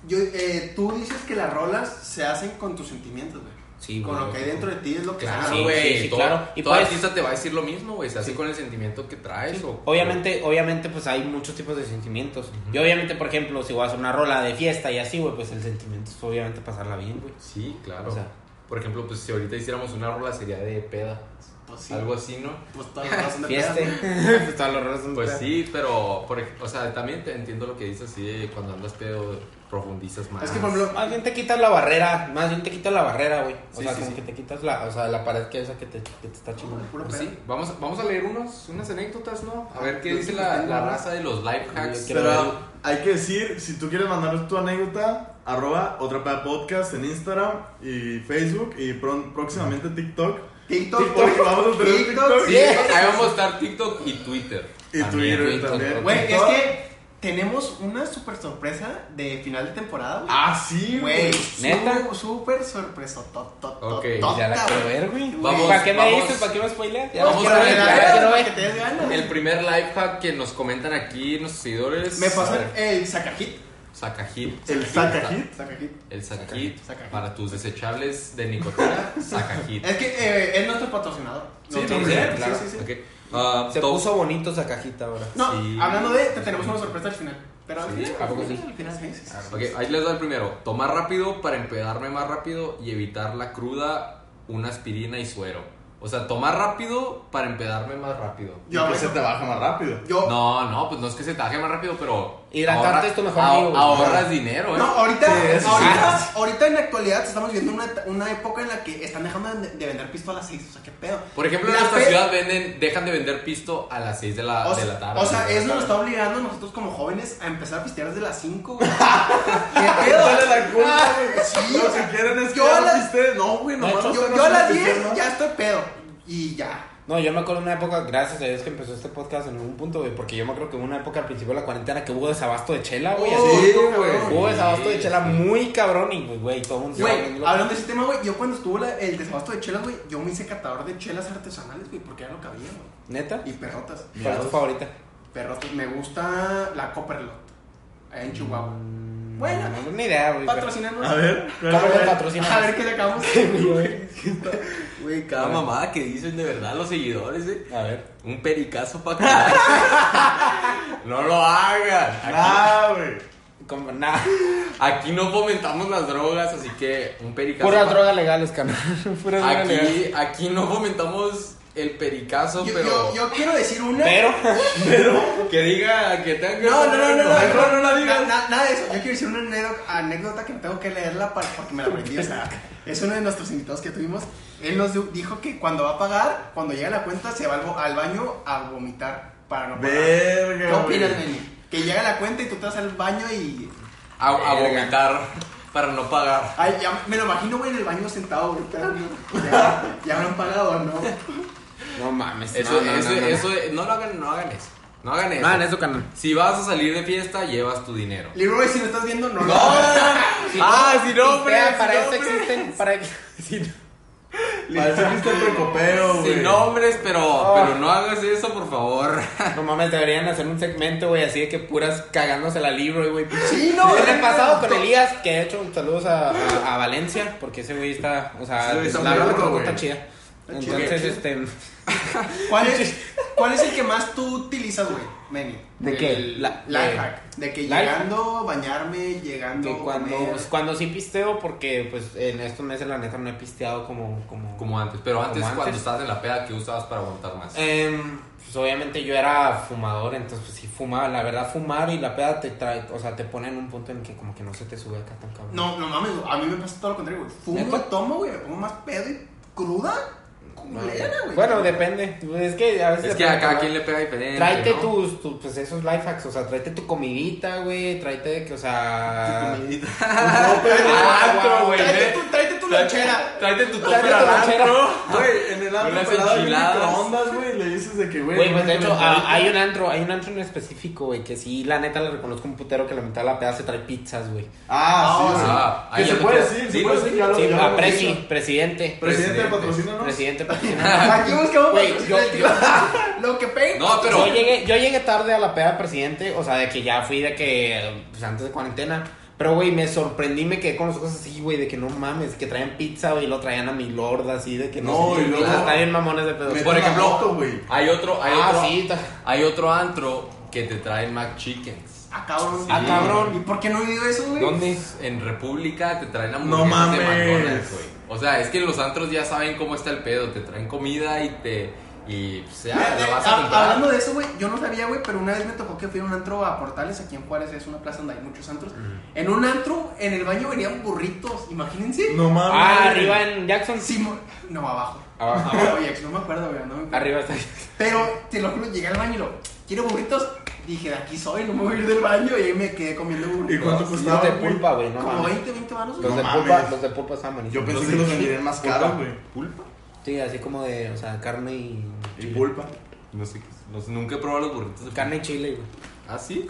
yo, eh, tú dices que las rolas se hacen con tus sentimientos, güey. Sí, con güey. lo que hay dentro de ti es lo que Claro, se sí, hace, güey. güey. sí, todo, claro. Y todo pues- artista te va a decir lo mismo, güey. Se hace con el sentimiento que traes. o- Obviamente, obviamente, pues hay muchos tipos de sentimientos. Y obviamente, por ejemplo, si voy a hacer una rola de fiesta y así, güey, pues el sentimiento es obviamente pasarla bien, güey. Sí, claro. O sea, Por ejemplo, pues si ahorita hiciéramos una rola sería de peda. Pues sí. Algo así, ¿no? Pues todas las razón de Fieste. pedas, (laughs) pues todos los roles son Pues pedas. sí, pero, por ej- o sea, también te entiendo lo que dices, sí, de cuando andas pedo profundizas ¿no? más. Es que, por ejemplo, Más bien te quitas la barrera, más bien te quitas la barrera, güey. O Sí, sea, sí, como sí. que te quitas la, o sea, la pared que esa que te, que te está chingando. puro Pues pedo. sí, vamos, a- vamos a leer unos, unas anécdotas, ¿no? A ver qué Yo dice sí la, tengo la una. raza de los life hacks. Quiero Pero ver. hay que decir, si tú quieres mandarnos tu anécdota, arroba otra peda podcast en Instagram y Facebook y pro- próximamente TikTok. TikTok, TikTok, güey. vamos a tener TikTok. Sí, ahí vamos a estar TikTok y Twitter. Y También. Twitter TikTok, también. Güey, es TikTok. que tenemos una super sorpresa de final de temporada, güey. Ah, sí, Güey, güey. ¿Neta? su- súper sorpreso. Ok, tota, Ya la quiero ver, güey. Vamos, ¿Para qué me vamos. dices? ¿Para qué me spoileas? Ya Vamos la a quiero ver, ver, ya la ya, quiero ver. que te des ganas. El primer life hack que nos comentan aquí nuestros seguidores. Me A pasó ver, el sacajit. Sacajit. El sacajit. Sacajit. El sacajit. Sacajit. Para tus desechables de nicotina, sacajit. Es que eh, es nuestro patrocinador. Sí, Nuestro sí, patrocinador, claro. sí, sí, sí. Ok. Ah, Se to- puso bonito esa cajita ahora. No, Sí. hablando de, te tenemos una sorpresa al final. Pero al Sí, Ah. final, ¿a poco sí? Al final, sí, sí, sí. Ok, ahí les doy el primero. Tomar rápido para empedarme más rápido y evitar la cruda, una aspirina y suero. O sea, tomar rápido para empedarme más rápido. Y Yo, que se te baja más rápido. yo- no, No, no, pues no es que se taje más rápido, pero. Hidratarte ahorra- es tu mejor ahor- amigo, güey. Ahorras dinero, ¿eh? ahorita, Sí, eso sí. ahorita, ahorita en la actualidad estamos viviendo una, una época en la que están dejando de, de vender pistolas 6. O sea, qué pedo. Por ejemplo, en La nuestra fe- ciudad venden, dejan de vender pisto a las 6 de la, O de la sea, tarde. o sea, güey. eso nos está obligando a nosotros como jóvenes a empezar a pistear desde las 5. (laughs) ¿Qué pedo? Ah, Dale la culpa, güey. sí, Lo o sea, que quieren es que yo a ya no las- piste. No, güey, no Yo, yo a las 10 ya estoy pedo. Y ya. No, yo me acuerdo de una época, gracias a Dios que empezó este podcast en algún punto, güey, porque yo me acuerdo que hubo una época al principio de la cuarentena que hubo desabasto de chela, güey. así. Sí, no, güey. cabrón. Hubo desabasto de Sí, chela sí. muy cabrón y, pues, güey, todo un Güey, hablando de ese tema, güey, yo cuando estuvo la- el desabasto de chelas, güey, yo me hice catador de chelas artesanales, güey, porque ya no cabía, güey. ¿Neta? Y perrotas. ¿Cuál es tu favorita? Perrotas. Me gusta la Copperlot. Allá en Chihuahua. Bueno, No tengo ni idea, güey. pero- patrocinando. A ver, Cámara, ¿cuál patrocina. A ver qué le acabamos. (laughs) Güey, cada mamada que dicen de verdad los seguidores, ¿eh? A ver. Un pericazo para curar. (laughs) no lo hagan. es? Aquí, Nah, Ah, güey. Como, nada. aquí no fomentamos las drogas, así que un pericazo. Puras pa- drogas legales, carnal. (laughs) Puras drogas legales. Aquí, aquí no fomentamos el pericazo, Yo, pero. yo, yo quiero decir una. Pero, Que diga que tenga que. No, no, no, no, no, Mejor no, la digas. na- na- nada de eso. Yo quiero decir una anécdota- anécdota que tengo que leerla para, porque me la aprendí. O sea, (laughs) es uno de nuestros invitados que tuvimos. Él nos du- dijo que cuando va a pagar, cuando llega la cuenta, se va al, bo- al baño a vomitar para no pagar. Verga. ¿Qué güey. opinas, Benny? Que llega la cuenta y tú te vas al baño y. A, a Verga. vomitar para no pagar. Ay, ya me lo imagino, güey, en el baño sentado vomitando. Ya, ya habrán pagado, ¿no? no mames. Eso, no, no, eso, no, no, eso, no lo hagan, no hagan eso. No hagan eso. No, en eso, carnal. Si vas a salir de fiesta, llevas tu dinero. Libro, güey, si no estás viendo, no. (laughs) ah, si no, hombre. Vea, para si eso no, hombre. existen. Para que. (laughs) sí, no. Parece que está precopeo, güey. Sin nombres, pero, Oh. pero no hagas eso, por favor. No mames, deberían hacer un segmento, güey, así de que puras cagándose la libro, güey. Sí, no, Yo le he no, pasado no, con Elías, que de hecho, saludos a, a, a Valencia, porque ese güey está, o sea, Ese güey está la muy verdad loco, que güey. está chida. chido. Entonces, este, ¿Cuál es, ¿Cuál es el que más tú utilizas, güey, Meni? ¿De qué? El La- life de- hack. De que life hack. llegando, bañarme, llegando. que cuando, comer. pues, cuando sí pisteo, porque pues en estos meses la neta no he pisteado como, como, Como antes, pero antes, Como antes. cuando estabas en la peda, ¿qué usabas para aguantar más? Em, pues obviamente yo era fumador, entonces pues sí fumaba, la verdad fumar y la peda te trae, o sea, te pone en un punto en que como que no se te sube acá tan cabrón. No, no mames, a mí me pasa todo lo contrario, güey. Fumo, ¿Neta? tomo, güey, me pongo más pedo y cruda. Culera, güey. Bueno, depende, es que a veces es que depende, a cada ¿no? quien le pega diferente. Tráete ¿no? (laughs) tus, tus, pues esos life hacks, o sea, tráete tu comidita, güey, tráete de que, o sea... Antro, Ah, güey. ¿eh? Ah, Tráete ve. tu, tráete tu lonchera. Tráete tu Tráete topper tu al lonchera. antro. Güey, en el Unas antro pelado hay enchiladas. microondas, güey. Le dices de que, güey. Güey, pues de no hecho, me ah, hay un antro, hay un antro en específico, güey, que sí, la neta le reconozco a un putero que la mitad de la peda se trae pizzas, güey. Ah, Ah, sí, ahí ya sí. Que se te puede queda. decir, se Sí, puede no, decir. ya lo- Sí, ya lo a hemos presi, dicho. presidente. Presidente, Presidente. patrocínanos. Presidente, (laughs) patrocinador. Aquí buscamos Güey, güey, yo- el tío. (laughs) lo que pegue. No, pero. Yo llegué, yo llegué tarde a la peda presidente, o sea, de que ya fui de que, pues antes de cuarentena. Pero, güey, me sorprendí, me quedé con los ojos así, güey, de que no mames, que traían pizza, güey, y lo traían a mi lord, así, de que no, No, sé, y luego- o sea, está bien mamones de pedo. Me- Por una ejemplo, moto, güey. hay otro, hay Ah, otro, sí, ta- hay otro antro que te traen McChickens. Ah, cabrón. Ah, cabrón. ¿Y por qué no he oído eso, güey? En República te traen hamburguesas No mames. de McDonald's, güey. O sea, es que en los antros ya saben cómo está el pedo. Te traen comida y te. Y pues, ya, Güey, la güey, vas a hab- comprar. Hablando de eso, güey, yo no sabía, güey, pero una vez me tocó que fui a un antro a Portales, aquí en Juárez, es una plaza donde hay muchos antros. En un antro, en el baño venían burritos, imagínense. No mames. Ah, arriba en Jackson. Simo- no, (laughs) abajo. Ah, Oye, no me acuerdo, güey, no me acuerdo. Arriba está. Pero te lo juro, llegué al baño y lo, ¿quiero burritos? Dije, de aquí soy, no me voy a ir del baño. Y ahí me quedé comiendo ¿Y burritos. cuánto Los costaba? de güey? pulpa, güey, no pues, Como mames. 20, 20 varos. güey. Los de No pulpa, mames. los de pulpa estaban buenísimos. Yo pensé que los vendían más caros, güey. ¿Pulpa? Sí, así como de, o sea, carne y. Y pulpa. No sé qué es. No sé, nunca he probado los burritos de Carne y chile, güey. ¿Ah, sí?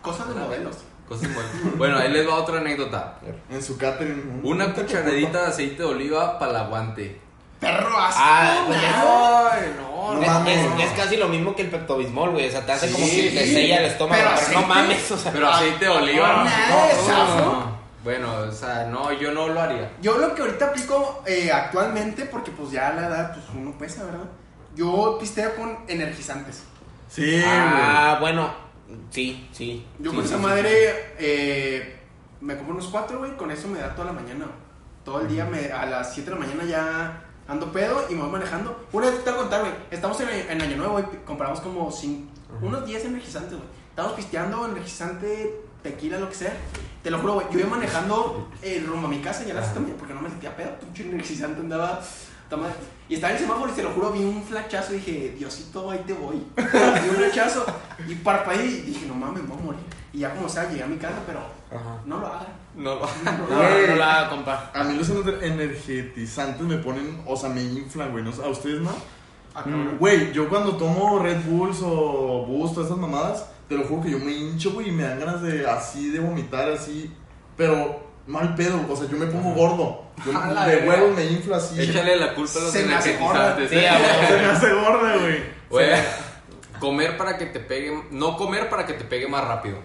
Cosas de modelos. Cosas buenas. (laughs) Bueno, ahí les va otra anécdota. En su catering. Una Puta, cucharadita de aceite de oliva para el aguante. Perro asco. Ah, pues nah. Ay, no. No es, mames. es- es casi lo mismo que el Pepto-Bismol, güey. O sea, te hace como Sí, que te sella el estómago, pero pero, no aceite. mames, o sea. Pero aceite de oliva. Nada de zafo. Bueno, o sea, no, yo no lo haría. Yo lo que ahorita aplico eh, actualmente, porque pues ya a la edad, pues uno pesa, ¿verdad? Yo pisteo con energizantes. Sí, güey. ah, bueno, sí, sí. Yo sí, con sí, esa sí. madre eh, me compro unos cuatro, güey, con eso me da toda la mañana. güey. Todo el día, me, a las 7 de la mañana ya ando pedo y me voy manejando. Una vez te voy a contar, güey, estamos en, en Año Nuevo y compramos como cin- unos 10 energizantes, güey. Estamos pisteando energizante, tequila, lo que sea. Te lo juro, güey, yo iba manejando eh, rumbo a mi casa y a las 7 porque no me sentía pedo, pinche energizante andaba... Toma. Y estaba en el semáforo y te lo juro, vi un flachazo y dije, Diosito, ahí te voy. Vi un flachazo y parpadeé y dije, no mames, me voy a morir. Y ya como sea, llegué a mi casa, pero Ajá. no lo hagan. No lo No, No lo hagan. no, Eh, no la haga, compa. A mí los ener- energetizantes me ponen, o sea, me inflan, güey. No sé, ¿A ustedes no? Ah, cabrón. Güey, yo cuando tomo Red Bulls o Boost o esas mamadas, te lo juro que yo me hincho, güey, y me dan ganas de así, de vomitar, así. Pero mal pedo, o sea, yo me pongo gordo. Yo A la de verga. huevo me infla así. Échale la culpa a los Se me hace energizantes. Sí, ¿eh? (laughs) a huevo. Se me hace gorda, güey. Güey, comer para que te pegue. No comer para que te pegue más rápido.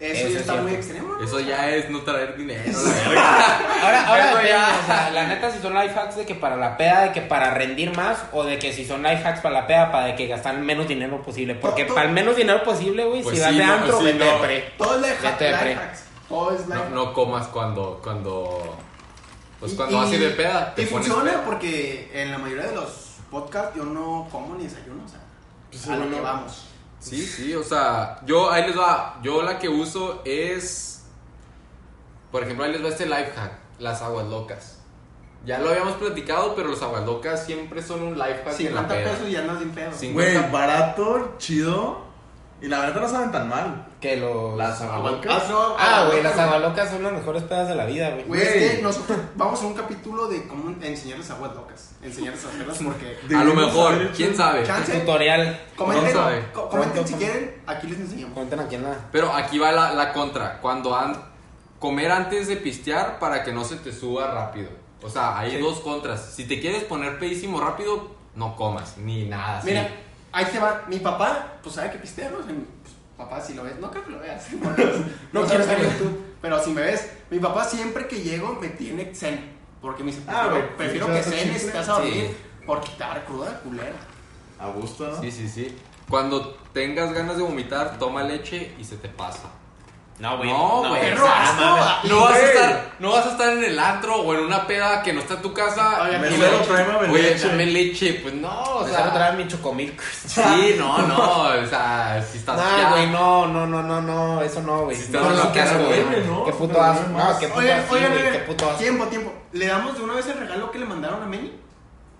Eso, Eso ya es está muy cierto. extremo. Eso ya es no traer dinero. la verga. Ahora, ahora Eso depende, ya. o sea, la neta, si son life hacks de que para la peda, de que para rendir más, o de que si son life hacks para la peda, para de que gastar el menos dinero posible. Porque Todo- para el menos dinero posible, güey, Pues si vas sí, de no, antro, sí, no. vete de pre. Todo es life Vete hack- de life pre. hacks. Todo es life No, no comas cuando. cuando pues Y- cuando y- así de peda. Te Y pones funciona pedo. porque en la mayoría de los podcasts yo no como ni desayuno, o sea, Pues, a lo que bueno. vamos. Sí, sí, o sea, yo ahí les va. Yo la que uso es. Por ejemplo, ahí les va este life hack: las aguas locas. Ya lo habíamos platicado, pero los aguas locas siempre son un life hack en la 50 peda. pesos y ya no sin pedo. Sí. Güey, barato, chido. Y la verdad no saben tan mal. Que los. Ah, no, Ah, güey, la las agualocas son las mejores pedas de la vida, güey. Güey, es que nosotros vamos a un capítulo de cómo enseñarles aguas locas. Enseñarles a hacerlas porque. A lo Debimos haber mejor, hecho quién sabe. Chance. Tutorial. Comenten, Pronto, eh. co- comenten Pronto, si pronto. quieren, aquí les enseñamos. Cuenten aquí en la. Pero aquí va la, la contra. Cuando an- comer antes de pistear para que no se te suba rápido. O sea, hay dos contras. Si te quieres poner pedísimo rápido, no comas ni nada. sí. Mira, ahí te va. Mi papá, pues sabe que pistea, ¿no? O sea, mi- pues, papá, si lo ves, no creo que lo veas. porque, pues, no quiero saber tú. Pero si me ves, mi papá siempre que llego me tiene zen. Porque me dice, prefiero, Ah, güey, prefiero sí, que sí, cenes, sí. te vas a dormir. Sí. Porque te va a dar cruda, culera. A gusto, ¿no? Sí, sí, sí. Cuando tengas ganas de vomitar, toma leche y se te pasa. No, güey. No, güey. güey. Perro asco. No vas, a Güey. estar, no vas a estar en el antro o en una peda que no está en tu casa. Oye, y me le- suelo, tráeme Oye, leche. dame leche. Pues no, o O sea, sea. otra vez mi chocomilk. Sí, no, no. O sea, si estás No, ya- güey, no, no, no, no, no, eso no, güey. Si estás No, en la no, qué cara, asco, güey. güey, no, Qué puto pero no asco. más. No, qué puto Oigan, asco, oigan, güey, qué oigan. puto asco. Tiempo, tiempo. ¿Le damos de una vez el regalo que le mandaron a Meni?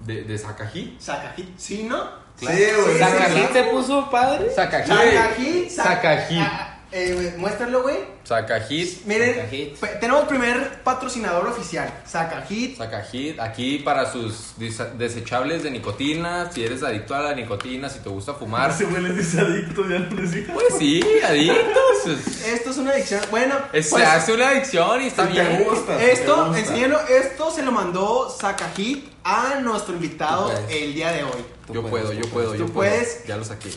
De, de Sacajit. Sacajit. ¿Sí, no? Sí, güey. ¿Sacajit se puso padre? Sacajit. sac- Sacajit. Ah, eh, güey, muéstralo, güey. Sacajit. Miren, Sacajit. pe- tenemos primer patrocinador oficial. Sacajit. Sacajit, aquí para sus desa- desechables de nicotina, si eres adicto a la nicotina, si te gusta fumar, Ese güey les dice adicto, ya no les digo. pues sí, adictos. es- Esto es una adicción. Bueno, es- se pues, hace una adicción y está Si te bien. gusta. si te Esto, gusta. enséñalo, esto se lo mandó Sakahit a nuestro invitado Tú puedes. el día de hoy. Tú Yo puedes, puedo, yo tú puedo, yo Tú puedo. puedes. Ya lo saqué.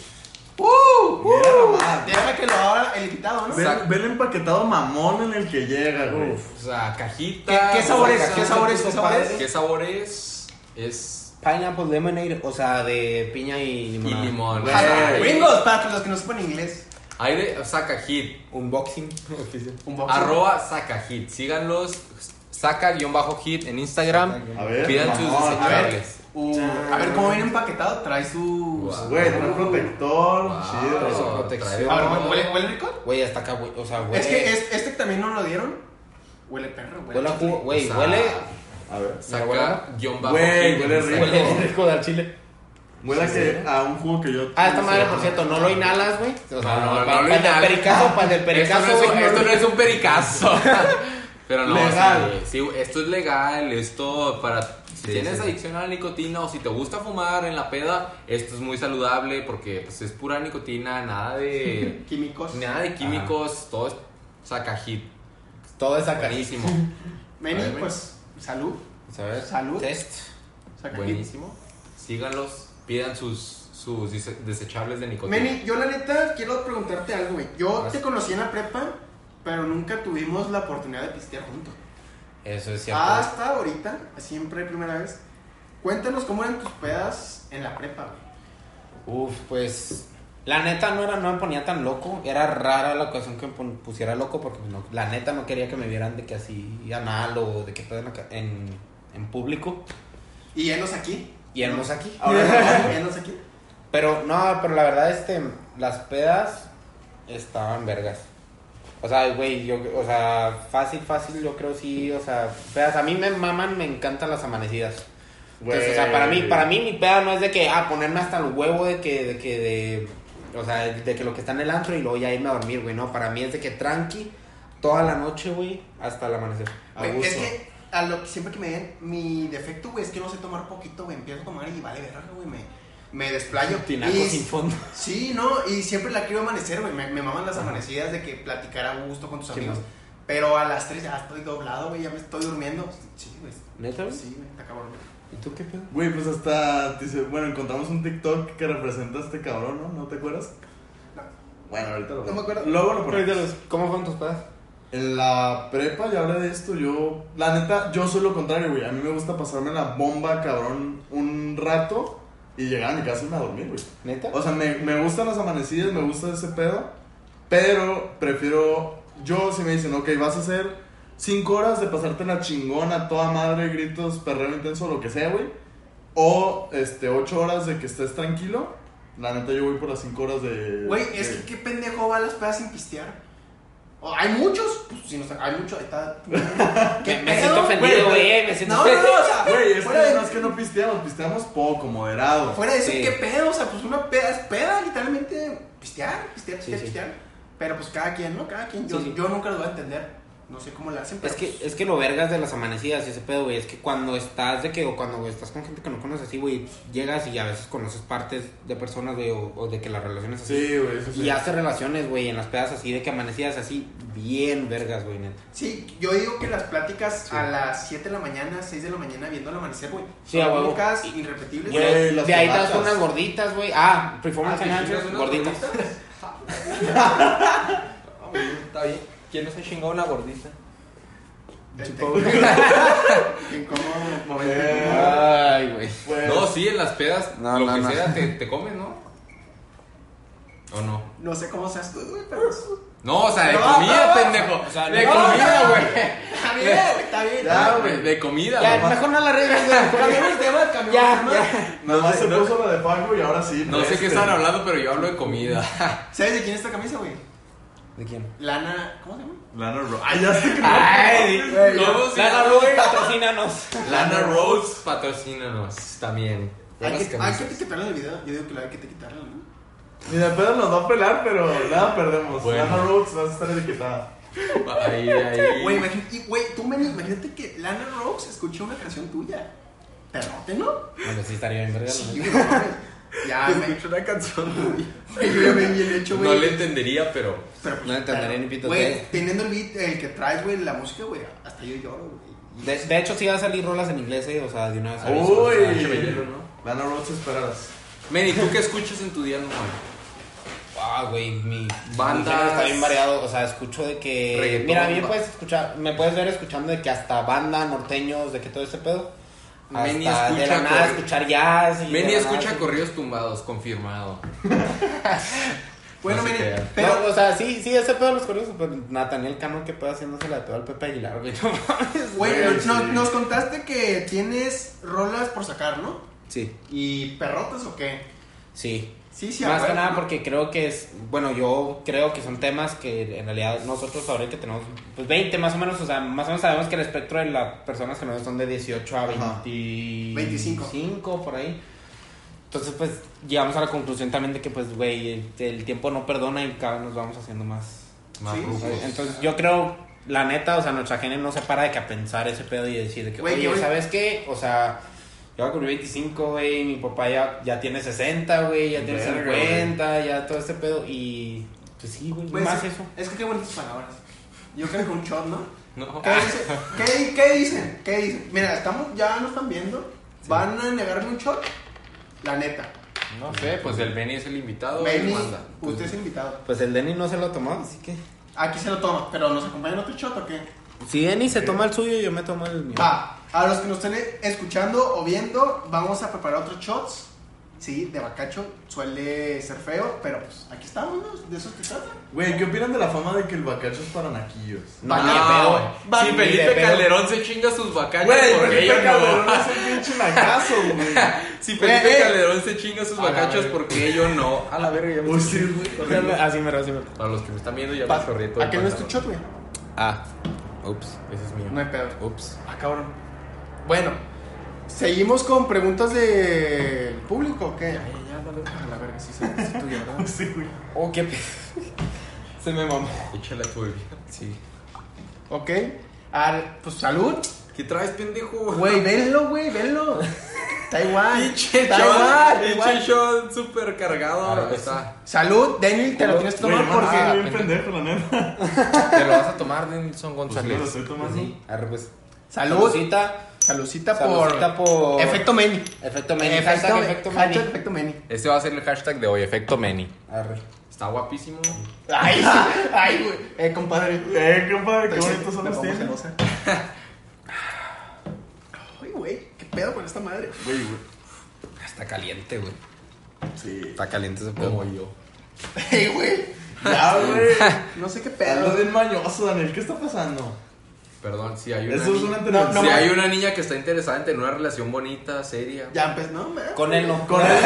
¡Uh! Mira ¡Uh! nomás. Deja que lo haga el invitado, ¿no? Ve, Sac- ve el empaquetado mamón en el que llega, güey. O sea, cajita. ¿Qué- qué sabor es? saca- ¿Qué sabor es? ¿Qué sabor es? ¿Qué sabor es? Es Pineapple lemonade, o sea, de piña y y limón. limón. Güey. Ay. Gringos, para los que no sepan inglés. Hay de Sacajit. Unboxing. Un boxeo. Arroba Sacajit. Síganlos. Saca-hit en Instagram. A ver, Pidan sus mamón, a ver. desechables. Uh, a ver cómo viene empaquetado. Trae sus. Wow. Güey, tiene un protector, Wow. chido. Eso, protección. A ver, ¿huele, huele rico? Güey, hasta acá, güey. O sea, huele. Es que es- este también no lo dieron. Huele perro, huele. Huele a jugo, güey. O sea, huele. A ver. Mira, huele- Güey, Saca-hit. huele en rico. Huele Instagram. rico del chile. Huele a que a un jugo que yo. Ah, esta madre, por cierto, no lo inhalas, güey. No, O sea, no, no, no para, lo para el del inhalas. pericazo, para el del pericazo. esto, no es, un- güey, esto lo- no es un pericazo. (laughs) Pero no, Legal. Sí, sí, esto es legal, esto para si Sí, tienes sí, sí. adicción a la nicotina o si te gusta fumar en la peda, esto es muy saludable porque pues, es pura nicotina, nada (laughs) de Químicos. nada de químicos, todo es sacajit, Todo es acá. buenísimo, Meni, A ver, pues, salud. ¿Sabes? Salud. Test. Saca aquí. buenísimo. Síganlos, pidan sus sus dise- desechables de nicotina. Ah, Meni, yo la neta quiero preguntarte algo, güey. Yo te conocí en la prepa, pero nunca tuvimos la oportunidad de pistear juntos. Eso es cierto. Hasta ahorita, siempre primera vez. Cuéntanos cómo eran tus pedas en la prepa, güey. Uf, pues. La neta no era, no me ponía tan loco. Era rara la ocasión que me pon- pusiera loco porque pues, no- la neta no quería que me vieran de que así anal o de que todo en, la ca- en, en público. Y enos aquí. Y éramos aquí. (laughs) Ahora enos aquí. Pero no, pero la verdad, este, las pedas estaban vergas. O sea, güey, yo, o sea, fácil, fácil, yo creo sí, o sea, pedas. A mí me maman, me encantan las amanecidas. Entonces, o sea, para mí, para mí mi peda no es de que, ah, ponerme hasta el huevo de que, de que, de, o sea, de que lo que está en el antro y luego ya irme a dormir, güey, no, para mí es de que tranqui, toda la noche, güey, hasta el amanecer. A Güey, es gusto. que a lo que siempre que me den, mi defecto, güey, es que no sé tomar poquito, güey. Empiezo a tomar y vale verga, güey. Me, me desplayo. Tinaco Y- sin fondo. (laughs) Sí, no, y siempre la quiero amanecer, güey. Me, me maman las amanecidas de que platicar a gusto con tus Sí, amigos. man. Pero a las 3 ya estoy doblado, güey. Ya me estoy durmiendo. Sí, güey. ¿Neta, güey? Sí, güey. Está cabrón. ¿Y tú qué pedo? Güey, pues hasta. Dice, bueno, encontramos un TikTok que representa a este cabrón, ¿no? ¿No te acuerdas? Bueno, ahorita lo No me acuerdo. Luego lo ponemos. ¿Cómo fueron tus pedas? En la prepa ya hablé de esto, yo... La neta, yo soy lo contrario, güey. A mí me gusta pasarme la bomba, cabrón, un rato y llegar a mi casa y irme a dormir, güey. ¿Neta? O sea, me, me gustan las amanecidas, me gusta ese pedo, pero prefiero... Yo, si me dicen, ok, vas a hacer cinco horas de pasarte la chingona, toda madre, gritos, perreo intenso, lo que sea, güey. O, este, ocho horas de que estés tranquilo. La neta, yo voy por las cinco horas de... Güey, es que de- qué pendejo va a las pedas sin pistear. Oh, hay muchos, pues si no sé, hay muchos, ahí está. ¿Qué (laughs) Me- me pedo, siento ofendido, güey, me siento No, no, no, o sea, Güey, es que fuera, de, no es que no pisteamos, pisteamos poco, moderado. fuera de eso, Sí. qué pedo, o sea, pues una peda es peda, literalmente, pistear, pistear, pistear, sí. pistear. Pero pues cada quien, ¿no? Cada quien, yo, Sí, sí. yo nunca lo voy a entender, no sé cómo le hacen, pero Es que, eh, pues, es que lo vergas de las amanecidas y ese pedo, güey, es que cuando estás de que, o cuando estás con gente que no conoces así, güey, pues, llegas y a veces conoces partes de personas, güey, o, o de que las relaciones así. Sí, güey, eso sí. Y haces relaciones, güey, en las pedas así, de que amanecidas así, bien vergas, güey, neta. sí, yo digo que las pláticas a las 7 de la mañana, 6 de la mañana, viendo el amanecer, güey, Sí, a son huevo. únicas, irrepetibles. Güey, Güey, las de ahí te das fogatas. unas gorditas, güey. Ah, Ah, performance ¿te chingas enhancers, unas (laughs) gorditas. gorditas? (laughs) Ah, bueno, Está bien. ¿Quién no se chingó una gordita? Este, Tipo, güey. (laughs) en cómo- Eh. Momento. Ay, güey. Pues, No, sí, en las pedas, No, lo no, que no. sea, te, te comes, ¿no? ¿O no? No sé cómo seas tú, güey, pero... No, o sea, de No, comida, no, pendejo. o sea, de no, comida, no. güey. Está bien, Eh. güey, está bien. Ah, Ya, De, güey. de comida, Ya, güey. mejor no la reglas, güey. Cambiamos el tema, cambiamos Ya, el tema. ya. Nada más se No- puso la de Paco y ahora sí. No sé qué están hablando, pero yo hablo de comida. ¿Sabes de quién es esta camisa, güey? ¿De quién? Lana. ¿Cómo se llama? Lana Rose. Ay, ya sé que no. Ay, Güey, ¿cómo yo- se llama? Lana Rubén, patrocínanos. Lana Rose, patrocínanos también. Hay Unas que, hay camisas. que quitarle el video. Yo digo que la hay que quitarle, ¿no? Ni de pedo nos va a pelar, pero nada perdemos. Bueno. Lana Rose vas a estar etiquetada. Ahí, ahí. Güey, imagínate, y, güey, tú, Manny, imagínate que Lana Rhodes escuchó una canción tuya. Perrote, ¿no? Bueno, sí estaría bien vergas, Sí, ¿no? güey. Ya, me, una canción. (laughs) güey, yo ya me bien hecho, güey. no le entendería, pero. Pero, pues, No le entendería pero, ni ¿eh? pito Güey, ustedes. teniendo el beat, el que traes, güey, la música, güey, hasta yo lloro, güey. De, de hecho, sí va a salir rolas en inglés, eh, o sea, de una vez. aviso, pues, o sea, Uy. Lana Rose esperadas. Meni, ¿tú qué escuchas en tu día normal? Ah, güey, mi Bandas. mi género está bien variado, o sea, escucho de que Reggaetón, mira, a mí me ba- puedes escuchar, me puedes ver escuchando de que hasta banda, norteños, de que todo ese pedo. Hasta Meni de escucha la nada corri- escuchar jazz y de Meni la escucha nada- corridos tumbados, confirmado. Bueno, No se miren, crean. pero No, o sea, sí, sí, ese pedo de los corridos, pero Nathaniel Cano que puede haciéndose la de pedo al Pepe Aguilar, güey. (laughs) No mames. Güey, Güey, no- no- sí. nos contaste que tienes rolas por sacar, ¿no? Sí, ¿Y perrotas o qué? sí. Sí, sí, a Más que huevo. nada porque creo que es, bueno, yo creo que son temas que en realidad nosotros ahora que tenemos, pues 20 más o menos, o sea, más o menos sabemos que el espectro de las personas que nos son de 18 a Ajá. 20, 25. 25, por ahí. Entonces, pues llegamos a la conclusión también de que, pues, güey, el, el tiempo no perdona y cada vez nos vamos haciendo más. Más Sí, rucos. Entonces, yo creo, la neta, o sea, nuestra gente no se para de que a pensar ese pedo y decir de que, Güey, oye, que hoy- ¿sabes qué? O sea, yo voy a cumplir 25, güey, mi papá ya, ya tiene 60, güey, ya tiene Verga, 50, ya todo este pedo y... Pues sí, güey, Güey, más sí, eso. Es que qué bonitas palabras. Yo creo que un shot, ¿no? No. ¿Qué, dice- qué- qué dicen? ¿Qué dicen? Mira, estamos, ya nos están viendo. ¿Van a negarme un shot? La neta. No sé, pues el Benny es el invitado. Benny, él manda. usted es invitado. Pues el Denny no se lo tomó, así que... Aquí se lo toma, pero ¿nos acompaña en otro shot o qué? Si Denny se toma el suyo, yo me tomo el mío. Va, a los que nos estén escuchando o viendo, vamos a preparar otros shots. Sí, de bacacho suele ser feo, pero pues aquí estamos, ¿no? De eso se trata. Güey, ¿qué opinan de la fama de que el bacacho es para naquillos? No, No, ni de pedo, güey. Si Ni de Felipe pedo. Calderón se chinga sus bacachos por Felipe ello, no. Calderón este es un pinche nacazo, (laughs) güey. Si Felipe Güey, eh. Calderón se chinga sus A la bacachos, verga. ¿por qué yo no? A la verga, ya me Uy, estoy- sí, güey. Así me así me Para los que me están viendo, ya me Va, chorré todo. ¿A qué no es tu pantalón. shot, güey? Ah, ups, ese es mío. No hay pedo. Ups. Ah, cabrón. Bueno, seguimos con preguntas del público, ¿o ¿qué? A la verga, sí, sí, es tuya, (laughs) ¿verdad? Sí, güey. Oh, qué pedo. Se me mamó. Échale a tu bebida. Sí. Ok. Ah, pues salud. ¿Qué traes, pendejo? (laughs) Güey, venlo, güey, venlo. Taiwán. Pinche shot, Taiwán. pinche Taiwán. shot super cargado. Ahora Ahí sí. está. Salud, Daniel, te lo tienes que Güey, tomar yo me siento porque. bien pendejo, la neta. Te lo vas a tomar, Nelson Pues me González. lo estoy tomando. Arre, pues. Salud. Saludcita. Salucita Saludcita por. por... Efecto Meni. Efecto Meni. Hashtag Efecto Meni. hashtag efecto (laughs) Meni. Este va a ser el hashtag de hoy, efecto Meni. Arre. Está guapísimo. Ay, ay, güey. Eh, compadre. Eh, compadre, qué bonitos son Me los pongo tienen. celosa. Ay, güey, qué pedo con esta madre. (laughs) Güey, güey. Está caliente, güey. Sí. Está caliente ese pedo. Como yo. Ey, güey. (laughs) Ya, güey. No sé qué Andas pedo. bien mañoso, Daniel. ¿Qué está pasando? Perdón, si hay una. Eso es niña- una entrevista. No, si no, hay una niña que está interesada en tener una relación bonita, seria, Ya empezó, no, man. Con él no. Con él. (laughs)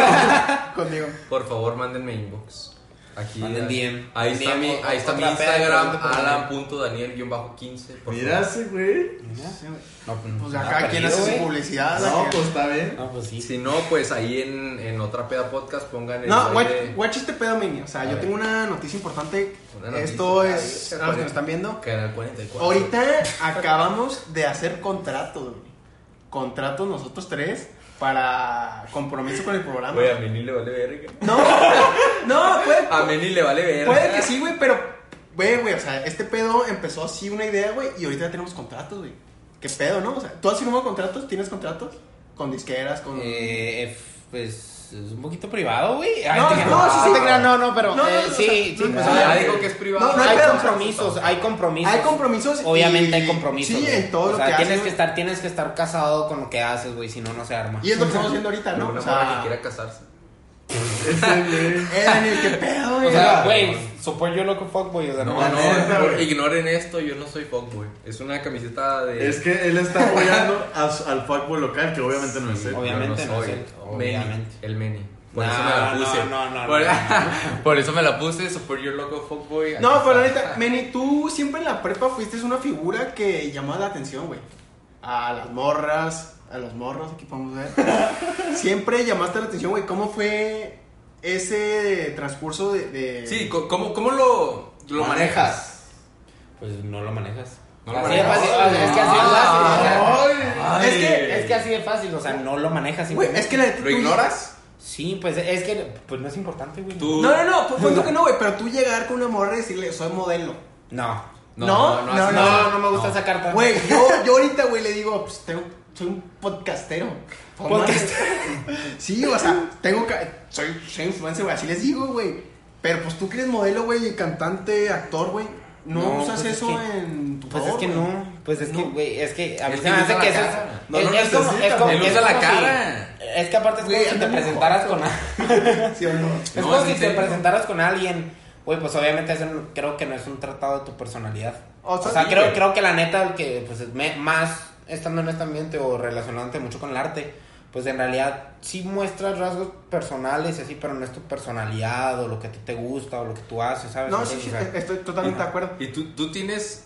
Conmigo. por favor mándenme inbox. Aquí. Manden DM. Ahí está DM, mi, o- ahí está mi otra peda, Instagram, pregunta por alan.daniel-15. por Mira favor. ese, güey. No, Pues acá, ¿quién hace su publicidad? No, Acá. pues está bien. No, pues sí. Si no, Ah, pues ahí en, en otra peda podcast pongan el. No, de- watch, watch este pedo, mini. O sea, eh, A yo ver. tengo una noticia importante. Una noticia. Esto Ay, es. A los que nos están viendo. Canal 44. Ahorita acabamos de hacer contratos, güey. Contratos nosotros tres para compromiso con el programa. Güey, a Meni le vale verga. No, (laughs) no, puede, A Meni le vale verga. puede que sí, güey, pero, güey, güey, o sea, este pedo empezó así una idea, güey, y ahorita ya tenemos contratos, güey. ¿Qué pedo, no? O sea, ¿tú has firmado contratos? ¿Tienes contratos? ¿Con disqueras? ¿Con...? Eh, eh, pues es un poquito privado, güey. Ay, No, te creas. no, sí, sí. te creas, no, no, pero No, no, eh, no, o sea, sí, no, sí. no, O o sea, sea, ya digo que es privado. No, no hay pero- compromisos, hay compromisos. Hay compromisos. y- Obviamente hay compromisos. Sí, güey. en todo o lo sea, que tienes haces, que güey. estar, tienes que estar casado con lo que haces, güey, si no no se arma. Y es lo que estamos haciendo ahorita, ¿no? Una O morra que sea, quiera casarse. Ese, güey. eh, Daniel, qué pedo, güey. O sea, Claro. güey, sopo yo loco fuckboy, o sea, No, no. no, neta, por- güey. ignoren esto, yo no soy fuckboy. Es una camiseta de. Es que él está apoyando a su- al fuckboy local, que obviamente no es él. obvio. Obviamente Yo no soy. es él, Meni, obviamente. el Meni. Por No, eso me la no, puse. no, no, por, (laughs) no, por eso me la puse, Support Your Local Fuckboy. aquí No, pero está. ahorita, Meni, tú siempre en la prepa fuiste una figura que llamaba la atención, güey. A las morras, a los morros, aquí podemos (laughs) ver. Siempre llamaste la atención, güey. ¿Cómo fue ese transcurso de...? de- Sí, co- ¿cómo, cómo lo, lo manejas? Pues no lo manejas. No lo Así de manejas. Ah, fácil, o sea, pues, es que así de Ah. fácil. o Ay. sea, Es que, es que así de fácil, o sea, no lo manejas. Güey, es que la neta ¿Lo tú- ignoras? Sí, pues es que pues no es importante, güey. Tú- No, no, no, pues, punto que no, güey. Pero tú llegar con una morra y decirle, soy modelo. No. No, no, no, así No, no me gusta esa carta. Güey, yo, yo ahorita, güey, le digo, pues tengo, soy un podcastero. Podcastero. (laughs) Sí, o sea, tengo que. Soy, soy influencer, güey, así les digo, güey. Pero pues tú que eres modelo, güey, cantante, actor, güey. No, No, usas pues, es eso que- en tu Pues es favor, que güey. no, pues es que, No. güey, es que a mí Es se que me hace usa que la eso es, cara. No lo es, es como, es necesitas, como, él es usa como la si- cara. es que aparte es como Güey, si anda te muy presentaras joven. con, es ¿Sí o no? No, como sí si te te- presentaras con alguien Güey, pues obviamente eso no- creo que no es un tratado de tu personalidad. O O sea, sea, sí, creo, güey. creo que la neta, el que pues es me- más estando en este ambiente o relacionándote mucho con el arte, pues en realidad sí muestras rasgos personales y así, pero no es tu personalidad o lo que a ti te gusta o lo que tú haces, ¿sabes? No, sí, Entonces, sí, o sea, estoy totalmente de acuerdo. Y tú, tú tienes,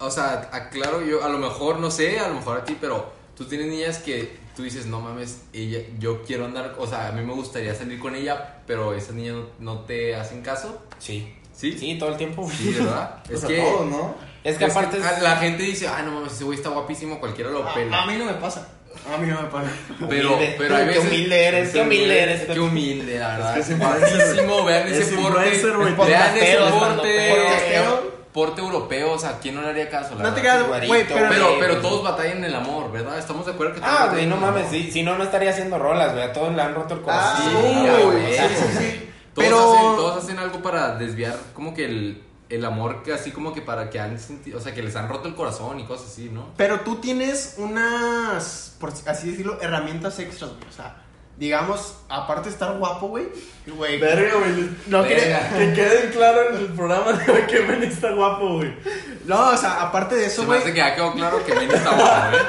o sea, aclaro yo, a lo mejor, no sé, a lo mejor a ti, pero tú tienes niñas que tú dices, no mames, ella, yo quiero andar, o sea, a mí me gustaría salir con ella, pero esas niñas no, no te hacen caso. Sí. ¿Sí? Sí, todo el tiempo. güey. Sí, (laughs) ¿verdad? Es que todos, ¿no? Es que aparte es- la gente dice, ah, no mames, ese güey está guapísimo, cualquiera lo pela. A, a mí no me pasa. A mí no me pasa. Pues pero, Humilde. pero hay Qué veces. humilde eres, qué humilde eres. Qué humilde, la verdad. Es que es Guapísimo, vean Es ese porte. influencer, Vean ese güey. Podcastero, porte. estandopero. Porte europeo, o sea, ¿quién no le haría caso? la No verdad? te creas, Guarito, güey, pero, Pero, Sí, pero güey. todos batallan en el amor, ¿verdad? Estamos de acuerdo que todos Eh, Ah, güey, batallan no en el mames, amor. sí, si no, no estaría haciendo rolas, güey. A todos le han roto el corazón. Ah, Sí, uy, güey, sí, ya, sí, güey. sí. Todos, Pero hacen, todos hacen algo para desviar como que el, el amor, que así como que para que han sentido, o sea, que les han roto el corazón y cosas así, ¿no? Pero tú tienes unas, por así decirlo, herramientas extras, güey. O sea, digamos, aparte de estar guapo, güey. Güey. Verga, güey. No, Verga. quiere- Que quede claro en el programa de hoy que Ben está guapo, güey. no, o sea, aparte de eso, se me güey. hace que ya quedó claro que Benny está guapo, ¿eh?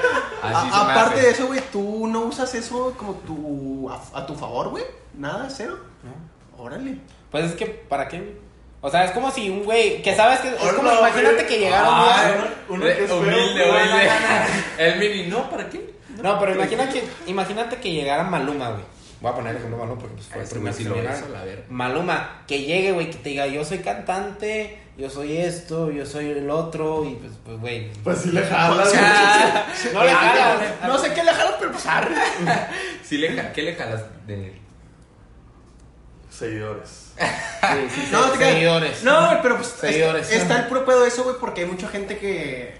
Así a- se me aparte hace. de eso, güey, tú no usas eso como tu, a, a tu favor, güey. Nada, cero. Órale. Pues es que, ¿para qué? O sea, es como si un güey que sabes que. Es Hola, como, imagínate güey. que llegara un Ah, güey. uno- uno que es feo, humilde, no, humilde. no, El mini, ¿no? ¿Para qué? No, pero imagina que, imagínate que llegara Maluma, güey. Voy a poner el ejemplo de Maluma porque pues, fue el Ese güey primero que sí se me lo vino hizo, a la- la verga. Maluma, que llegue, güey, que te diga, yo soy cantante, yo soy esto, yo soy el otro, y pues, pues, güey. Pues sí le jala, güey. no le jalas. No sé qué le jalan, pero pues arre. Sí le ja- ¿Qué le jalas de Seguidores. Sí, sí, No, se- te creas. seguidores. No, güey, pero pues Seguidores. es- está el puro pedo de eso, güey, porque hay mucha gente que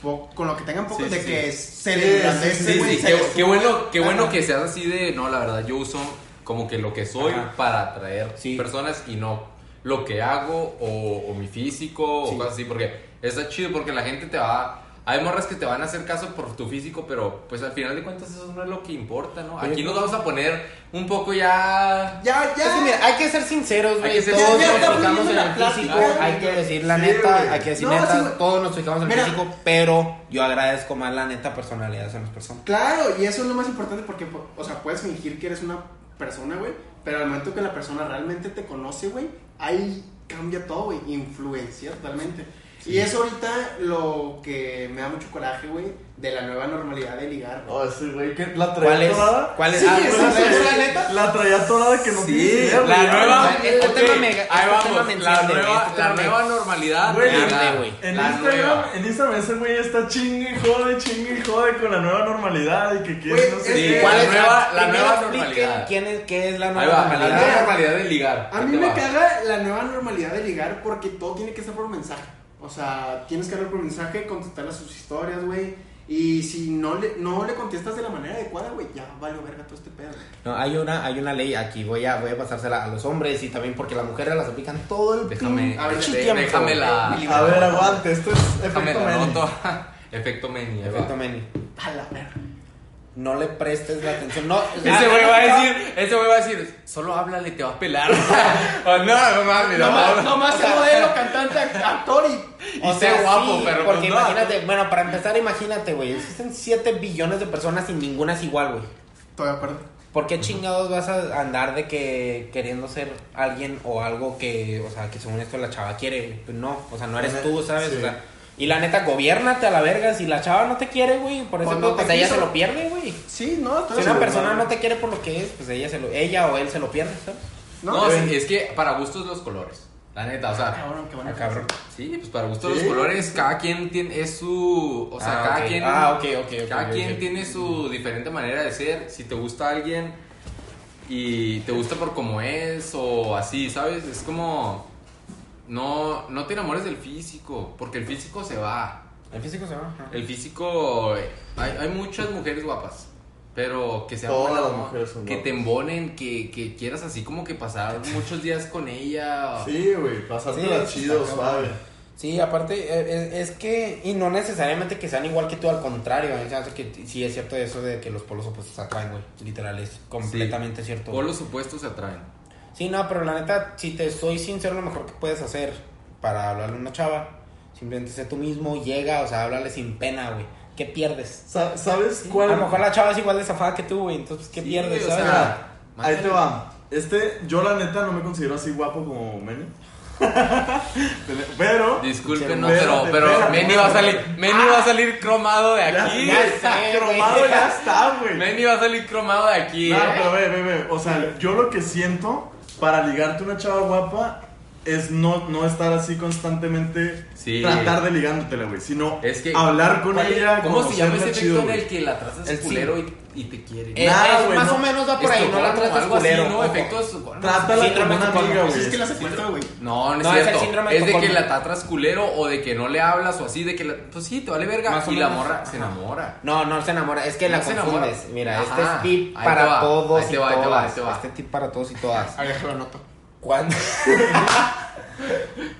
po- con lo que tengan poco Sí, de sí, que se Sí, les sí, engrandece, Sí, güey. sí, se qué, les- qué bueno, qué Ajá. bueno que seas así de, no, la verdad, yo uso como que lo que soy Ajá. para atraer Sí. personas y no lo que hago o, o mi físico Sí. o cosas así, porque está chido porque la gente te va, hay morras que te van a hacer caso por tu físico, pero pues al final de cuentas eso no es lo que importa, ¿no? Oye, Aquí nos vamos a poner un poco ya... Ya, Es que ya. mira, hay que ser sinceros, Hay que güey. ser Todos sinceros. Ya nos está fijamos en fluyendo el la físico. plática, Hay que decir la Sí, neta, güey. hay que decir No, neta. sí, güey. todos nos fijamos en el Mira. físico, pero yo agradezco más la neta personalidad a las personas. Claro, y eso es lo más importante porque, po- o sea, puedes fingir que eres una persona, güey, pero al momento que la persona realmente te conoce, güey, ahí cambia todo, güey, influencia totalmente. Y eso ahorita lo que me da mucho coraje, güey, de la nueva normalidad de ligar. No, ese güey que la ¿Cuál traía es? atorada. ¿Cuál es? Sí, Ah, esa ¿cuál es es? la neta. La traía atorada que no Sí, tiene idea, la güey. nueva- Este Ok, tema me- este ahí tema vamos, me la enciende, nueva, este la tema me- nueva normalidad. Ah, Güey, la- arde, güey. En la Instagram, nueva. en Instagram ese güey está chingue y jode, chingue y jode con la nueva normalidad y que quiere Güey, no es sé Sí, qué. que- ¿cuál ¿Cuál es es nueva- la primero nueva expliquen normalidad? ¿Quién es, ¿Qué es la Ahí nueva va, Ah, la nueva normalidad? normalidad de ligar. A ¿Qué mí te me va? caga la nueva normalidad de ligar porque todo tiene que ser por mensaje. O sea, tienes que hablar por mensaje, contestar a sus historias, güey. Y si no le, no le contestas de la manera adecuada, güey, ya vale verga todo este pedo. güey. No, hay una, hay una ley aquí, voy a, voy a pasársela a los hombres y también porque las mujeres las aplican todo el Déjame, pin- A ver, pinche de- tiempo, déjame la. güey. A ver, aguante, esto es Déjame efecto la Manny. noto. (laughs) Efecto Meni. ahí va. Perfecto, Manny. A la verga. No le prestes la atención. Ah, No, Ese güey va a decir, ese güey va a decir, solo háblale, te va a pelar. O no, no mames, no, Nomás, mames. nomás sea modelo, cantante, actor y. Y sé guapo, pero Porque pues no. imagínate, bueno, para empezar, imagínate, güey. Existen 7 billones de personas y ninguna es igual, güey. Estoy de acuerdo. ¿Por qué chingados vas a andar de que queriendo ser alguien o algo que, o sea, que según esto la chava quiere? güey? Pues no, o sea, no eres tú, ¿sabes? Sí. O sea, y la neta, gobiernate a la verga. Si la chava no te quiere, güey, por eso Pues no pues, te ella quiso. Ah, se lo pierde, güey. Sí, no, estoy Si de una acuerdo. persona no te quiere por lo que es, pues ella se lo, ella o él se lo pierde, ¿sabes? No, güey. sí, es que para gustos los colores. La neta, o sea. Cabrón, qué bueno. Ah, cabrón. Sí, pues para gustos los Sí. colores, cada quien tiene es su. O sea, Ah, cada ok. quien. Ah, ok, ok, ok, Cada ok, quien ok. tiene su diferente manera de ser. Si te gusta alguien y te gusta por cómo es o así, ¿sabes? Es como. No, no te enamores del físico, porque el físico se va. El físico se va. ajá. El físico. Hay, hay muchas mujeres guapas. Pero que sean Todas buenas, las ¿no? mujeres son Que te guapas. embonen, que, que quieras así como que (laughs) pasar muchos días con ella. o- Sí, güey, pasártela Sí, chido, está suave. Sí, aparte, eh, es, es que, y no necesariamente que sean igual que tú, al contrario, o sea, que t- sí es cierto eso de que los polos opuestos atraen, güey, literal, es completamente cierto. O güey. los supuestos se atraen. Sí, no, pero la neta, si te soy sincero, lo mejor que puedes hacer para hablarle a una chava, simplemente sé tú mismo, llega, o sea, háblale sin pena, güey. ¿Qué pierdes? Sa- ¿Sabes A cuál? lo mejor la chava es igual de zafada que tú, güey, entonces, ¿qué Sí, pierdes? o ¿sabes? sea, Mira, ahí te va. Este, yo la neta no me considero así guapo como (laughs) Meni. Pero. Disculpen, no, Espérate, pero, pero espérate, Meni va a espérate. salir, Meni va a salir cromado de Ya, aquí. ya (laughs) está sé, güey. cromado, ya está, güey. Meni va a salir cromado de aquí. No, ¿eh? pero ve, ve, ve. O sea, yo lo que siento para ligarte a una chava guapa es no, no estar así constantemente. Sí. Tratar de ligándotela, güey. Sino Es que hablar con ¿cuál es- ella. ¿Cómo se llama conocerla ese chido, efecto en güey. el que la trazas El culero y, y te quiere? Eh, Nada, es güey, más no. o menos va por ahí, no la Estocolmo, tratas algo así, culero. ¿no? ojo. Efecto de Estocolmo. Trátala como Síndrome una de Estocolmo. amiga, Pues güey. es que las secuestra, güey. No, no es No, es el cierto. síndrome de Es, de que Estocolmo. la tratas culero o de que no le hablas o así, de que la- pues sí, te vale verga. Más o y la menos. morra Ajá. se enamora. No, no se enamora, es que la No se enamora. confundes. Mira, este Ajá. es tip Ahí te para va, todos ahí y te va, ahí te va, todas. ahí te va. Este tip para todos y todas. A ver, lo anoto. (laughs) Cuando.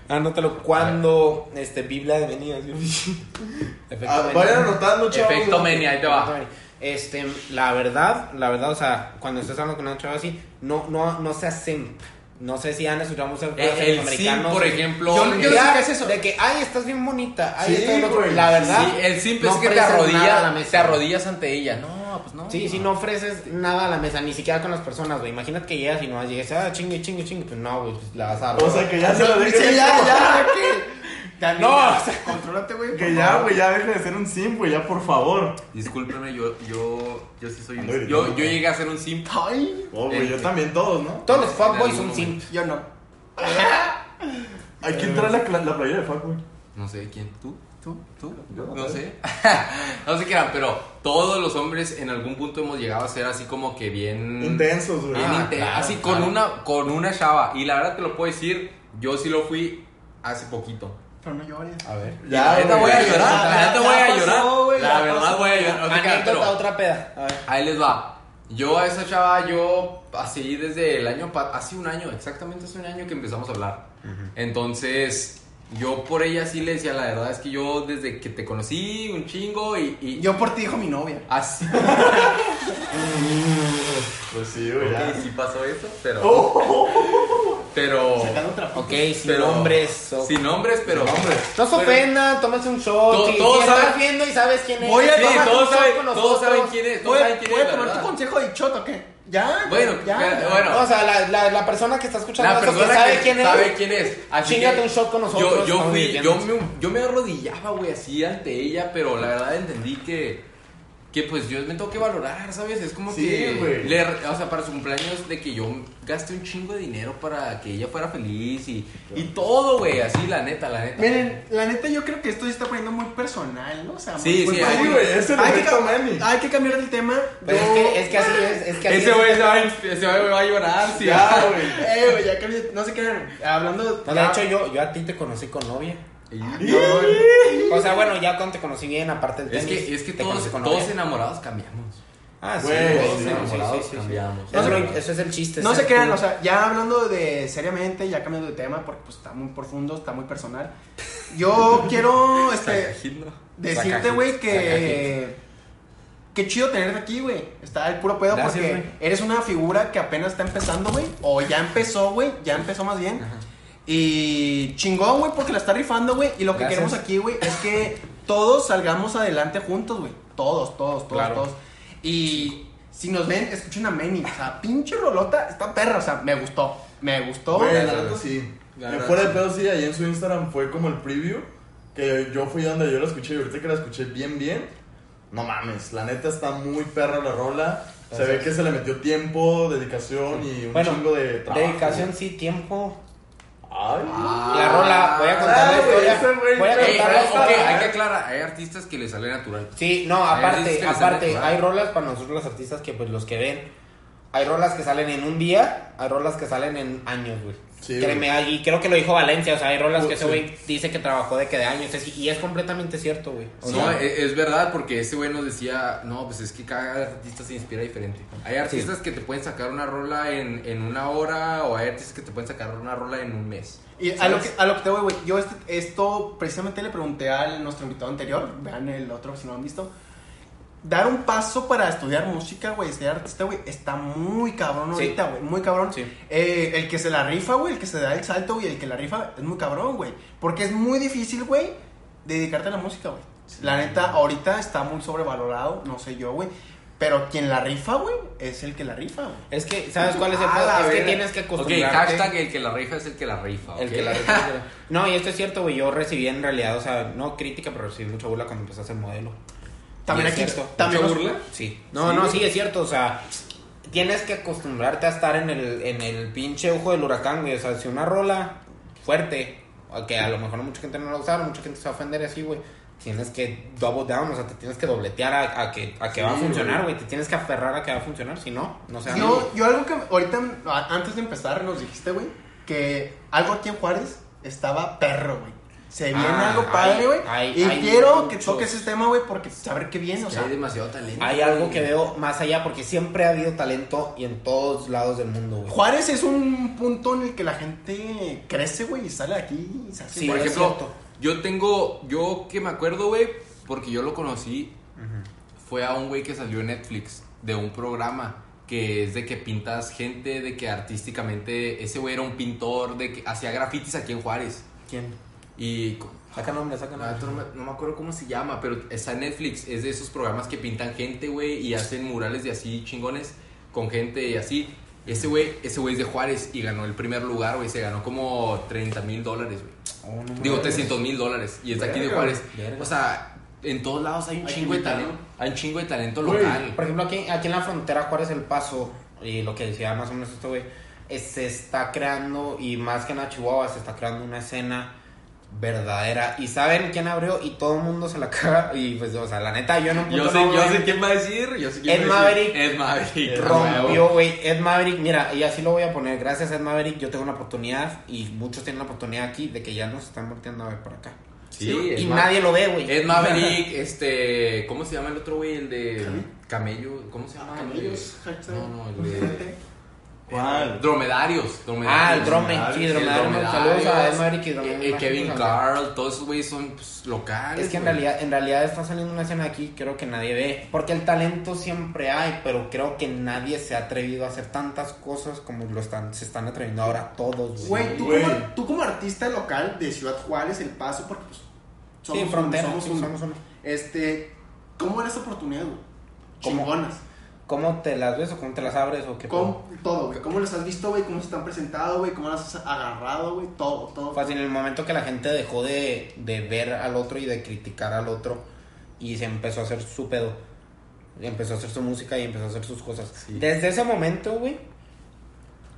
Anótalo. Cuando. Este, Biblia de venidas. (laughs) Ah, vayan anotando, chavos. Efecto güey. Meni, ahí te va. Este, la verdad, la verdad, o sea, cuando estás hablando con una chava así, no, no, no seas simp. No sé si han escuchado muchas frases Eh, el americanas. simp, por ejemplo. Yo, yo no sé Ya, qué es eso. De que, ay, estás bien bonita. Ay, Sí, estás bien güey. La verdad. Sí, el simple no es que te ofreces nada a la arrodillas, mesa. te arrodillas ante ella. No, pues no. Sí, si no ofreces nada a la mesa, ni siquiera con las personas, güey. Imagínate que llegas y no vas, llegas, ah, chingue, chingue, chingue. Pues no, güey, pues la vas a O sea, que ya se lo deje. Sí, ya, ya, ¿qué? No, no, o sea- controlate, güey. Que por ya, favor. güey, ya deje de ser un simp, güey, ya por favor. Discúlpeme, yo, yo, yo sí soy un Ando simp. gritando. Yo, yo llegué a ser un simp. Ay, Oh, güey, yo Eh. también, todos, ¿no? Todos los En fuckboys algún son simp. yo no. Hay que entrar la, cla- la playera de fuck, güey. No sé quién, tú, tú, tú, Yo no no sé. (laughs) no sé qué eran, pero todos los hombres en algún punto hemos llegado a ser así como que bien. Intensos, güey. bien Ah, inte- claro, así claro. con una con una chava. Y la verdad te lo puedo decir, yo sí lo fui hace poquito. Pero no llores. Ah. A ver. Ya, Ahorita güey. voy a llorar, la neta ya voy a pasó, llorar. güey, La ya verdad pasó. voy a llorar. no te creas, Anécdota, pero- otra peda. A ver. Ahí les va. Yo a esa chava, yo así desde el año, pa- hace un año, exactamente hace un año que empezamos a hablar. Entonces, yo por ella sí le decía, la verdad es que yo desde que te conocí un chingo y... y- Yo por ti dijo mi novia. Así... Pues sí, güey, ya. Ok, sí pasó eso, pero... Oh. Pero... Sacando otra foto. Ok, sin pero- nombres. o- Sin nombres, pero... No se pero- ofendan, tómese un shot. To- si- todos si estás saben- viendo y sabes quién es. Voy a Sí, tomar todos un shot saben- con todos nosotros. saben quién es, todos ¿Puedo- saben quién es, ¿puedo la tomar verdad. tu consejo de chot o qué? Ya. Bueno, güey, ya. que- bueno. O sea, la, la, la persona que está escuchando La esto persona que sabe quién es. Sabe quién es. Chíngate un shot con nosotros, Yo, yo estamos fui, yo divirtiéndonos. me, yo me arrodillaba, güey, así ante ella, pero la verdad entendí que. Que pues yo me tengo que valorar, ¿sabes? Es como Sí, que. güey. le- o sea, para su cumpleaños, de que yo gasté un cingo de dinero para que ella fuera feliz y, y todo, güey, así, la neta, la neta. Miren, la neta yo creo que esto se está poniendo muy personal, ¿no? O sea, Sí, muy- sí, muy- hay- Sí, güey, es el hay, que, efecto ca- Manny. hay que cambiar el tema. Pero pues, es Yo- que, es que así es. es que así Ese es. güey se va, a- ese güey va a llorar, sí. Ya, (laughs) güey. Eh, güey, ya cambié. No sé qué. Hablando. No, de ya- hecho, yo, yo a ti te conocí con novia. No, O sea, bueno, ya cuando te conocí bien, aparte del Es tenis. que, es que te todos, conocí con todos novia. enamorados cambiamos. Ah, sí, Güey, güey, todos sí, enamorados sí, sí, sí. cambiamos. Eso, es lo- No se- eso es el chiste. No ser se crean, tú. o sea, ya hablando de seriamente, ya cambiando de tema, porque pues está muy profundo, está muy personal. Yo quiero este, Sacajillo. decirte, Sacajit, güey, que. Qué chido tenerte aquí, güey. Está el puro pedo Gracias, porque güey. eres una figura que apenas está empezando, güey. O ya empezó, güey. Ya empezó más bien. Y chingón, güey, porque la está rifando, güey. Y lo que Gracias. queremos aquí, güey, es que todos salgamos adelante juntos, güey. Todos, todos, todos, Claro. todos. Y si nos ven, escuchen a Meni. O sea, pinche rolota, está perra. O sea, me gustó. Me gustó. Güey, la Gracias, neta güey. sí. Gracias. Me fuera de pedo, sí, ahí en su Instagram fue como el preview. Que yo fui donde yo la escuché y ahorita que la escuché bien, bien. No mames, la neta está muy perra la rola. Se ve que se le metió tiempo, dedicación y un Bueno, chingo de trabajo. Dedicación, sí, tiempo. Ay, La Ah, rola, voy a contar la Ah, güey, historia. ese güey Voy a está- Ey, contar la pero, ok, historia. hay que aclarar, hay artistas que les sale natural. Sí, no, Hay aparte, artistas que salen aparte, natural. hay rolas para nosotros los artistas que pues los que ven. Hay rolas que salen en un día, hay rolas que salen en años, güey. Sí, Créeme, y creo que lo dijo Valencia, o sea, hay rolas Uh, que ese sí. güey dice que trabajó de que de años, es- y es completamente cierto, güey. O No, sea, e- es, verdad, porque ese güey nos decía, no, pues es que cada artista se inspira diferente. Hay artistas que te pueden sacar una rola en, en una hora o hay artistas que te pueden sacar una rola en un mes. Y a lo, que, a lo que te voy, güey. Yo este- esto precisamente le pregunté a nuestro invitado anterior. Vean el otro si no lo han visto. dar un paso para estudiar música, güey, ser artista, güey, está muy cabrón Sí. ahorita, güey, muy cabrón. Sí. Eh, el que se la rifa, güey, el que se da el salto, güey, el que la rifa, es muy cabrón, güey. Porque es muy difícil, güey, dedicarte a la música, güey. La neta, ahorita está muy sobrevalorado, no sé yo, güey. Pero quien la rifa, güey, es el que la rifa, güey. Es que, ¿sabes cuál es el A pedo? la Es que verga. tienes que Ok, acostumbrarte. hashtag el que la rifa es el que la rifa. El ok. que la reconoce. (laughs) No, y esto es cierto, güey. Yo recibí en realidad, o sea, no crítica, pero recibí mucha burla cuando empecé a hacer modelo. También Y es aquí, cierto. también ¿Mucha los- burla? Sí. No, no, sí, es cierto, o sea, tienes que acostumbrarte a estar en el, en el pinche ojo del huracán, güey. O sea, si una rola fuerte, o que a lo mejor mucha gente no la va a usar, mucha gente se va a ofender y así, güey. Tienes que double down, o sea, te tienes que dobletear a, a que, a que va a funcionar, güey. Te tienes que aferrar a que va a funcionar, si no, no se va a No, yo algo que ahorita, a- antes de empezar, nos dijiste, güey, que algo aquí en Juárez estaba perro, güey. Se viene Ah, algo padre, hay- güey. hay- Y hay quiero que muchos. toques ese tema, güey, porque saber qué viene, o sea. Hay demasiado talento. Hay algo que veo más allá porque siempre ha habido talento y en todos lados del mundo, güey. Juárez es un punto en el que la gente crece, güey, y sale de aquí. y se hace- Sí, Por es ejemplo, cierto. yo tengo, yo que me acuerdo, güey, porque yo lo conocí, fue a un güey que salió en Netflix de un programa que es de que pintas gente, de que artísticamente ese güey era un pintor, de que hacía grafitis aquí en Juárez. ¿Quién? Y co- Saca nombre, saca no, nombre. no me, no me acuerdo cómo se llama, pero está en Netflix, es de esos programas que pintan gente, güey, y hacen murales de así chingones con gente y así. Ese güey, ese güey es de Juárez y ganó el primer lugar, güey, se ganó como 30 mil dólares, güey. Oh, no Digo, mames. 300 mil dólares. Y es de aquí de Verga, Juárez. verga. O sea, en todos lados hay un Hay chingo de invitado. talento. Hay un chingo de talento Güey, local. Por ejemplo, aquí, aquí en la frontera Juárez El Paso, y lo que decía más o menos esto, güey, es- se está creando, y más que en Chihuahua, se está creando una escena verdadera. Y saben quién abrió y todo el mundo se la (laughs) caga. Y pues, o sea, la neta, yo en un punto Yo sé, no, yo güey, sé quién va a decir. Yo sé quién Ed va a decir. Maverick. Ed Maverick. Rompió, güey. Ed Maverick, mira, y así lo voy a poner. Gracias, Ed Maverick. Yo tengo una oportunidad y muchos tienen la oportunidad aquí de que ya nos están volteando a ver por acá. Sí, Ed y Ma- nadie lo ve, (laughs) güey. Ed Maverick, este. ¿Cómo se llama el otro güey? El de. Camello. ¿Cómo Ah, se llama? Camellos, El de- hashtag. No, no, el (laughs) de. ¿Cuál? Dromedarios. dromedarios. Ah, el Drome, sí, El Dromedario. Dromedarios, Saludos a Ed Maverick y eh, Dromedario. eh, Kevin Carl, todos esos güeyes son pues, locales. Es que en güey. realidad, en realidad está saliendo una escena aquí, creo que nadie ve. Porque el talento siempre hay, pero creo que nadie se ha atrevido a hacer tantas cosas como lo están, se están atreviendo ahora todos, Güey, tú, güey. como- tú como artista local de Ciudad Juárez, El Paso, porque pues, somos, Sí, un- frontera, somos sí, un- somos uno. Este, ¿cómo era esa oportunidad, güey? ¿Cómo? Chingonas. ¿Cómo te las ves o cómo te las abres o qué? ¿Cómo? Todo, güey. ¿Cómo las has visto, güey? ¿Cómo se están presentado, güey? ¿Cómo las has agarrado, güey? Todo, todo. Fácil, en el momento que la gente dejó de, de ver al otro y de criticar al otro y se empezó a hacer su pedo. Y empezó a hacer su música y empezó a hacer sus cosas. Sí. Desde ese momento, güey,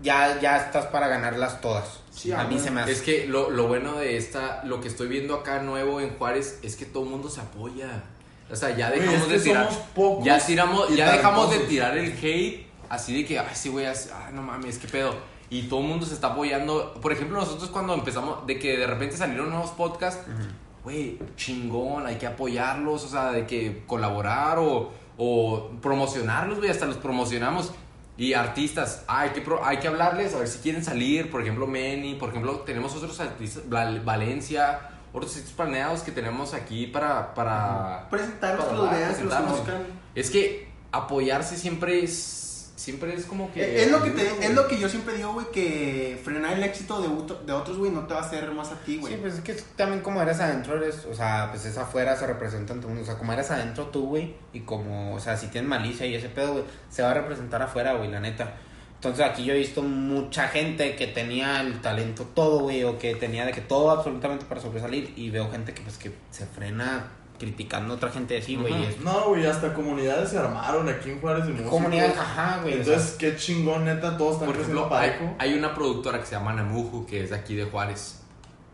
ya, ya estás para ganarlas todas. Sí, a ah, mí güey. se me hace. Es que lo, lo bueno de esta, lo que estoy viendo acá nuevo en Juárez es que todo el mundo se apoya. O sea, ya Güey, dejamos es que de tirar. somos pocos ya tiramos, y ya dejamos de talentosos. tirar el hate así de que, ay, sí, güey, así- ah, no mames, qué pedo. Y todo el mundo se está apoyando. Por ejemplo, nosotros cuando empezamos, de que de repente salieron nuevos podcasts, güey, chingón, hay que apoyarlos, o sea, de que colaborar o, o promocionarlos, güey, hasta los promocionamos. Y artistas, ah, hay que, pro- hay que hablarles a ver si quieren salir, por ejemplo, Manny, por ejemplo, tenemos otros artistas, Val- Valencia, otros sitios planeados que tenemos aquí para... para Presentarlos, para que los hablar, vean, que los presentarnos. conozcan. Es que apoyarse siempre es, siempre es como que... Eh, Es lo que, te- es lo que yo siempre digo, güey, que frenar el éxito de, ut- de otros, güey, no te va a hacer más a ti, güey. Sí, pues es que es- también como eres adentro, eres, o sea, pues es afuera, se representa en tu mundo. O sea, como eres adentro tú, güey, y como, o sea, si tienes malicia y ese pedo, güey, se va a representar afuera, güey, la neta. Entonces aquí yo he visto mucha gente que tenía el talento todo, güey, o que tenía de que todo absolutamente para sobresalir, y veo gente que pues que se frena criticando a otra gente así, güey. Ujú. y es- No, güey, hasta comunidades se armaron aquí en Juárez de músicos. Comunidades, ajá, güey. o sea, Entonces, qué chingón, neta, todos están Por creciendo ejemplo, hay, parejo. hay una productora que se llama Namuju, que es de aquí de Juárez.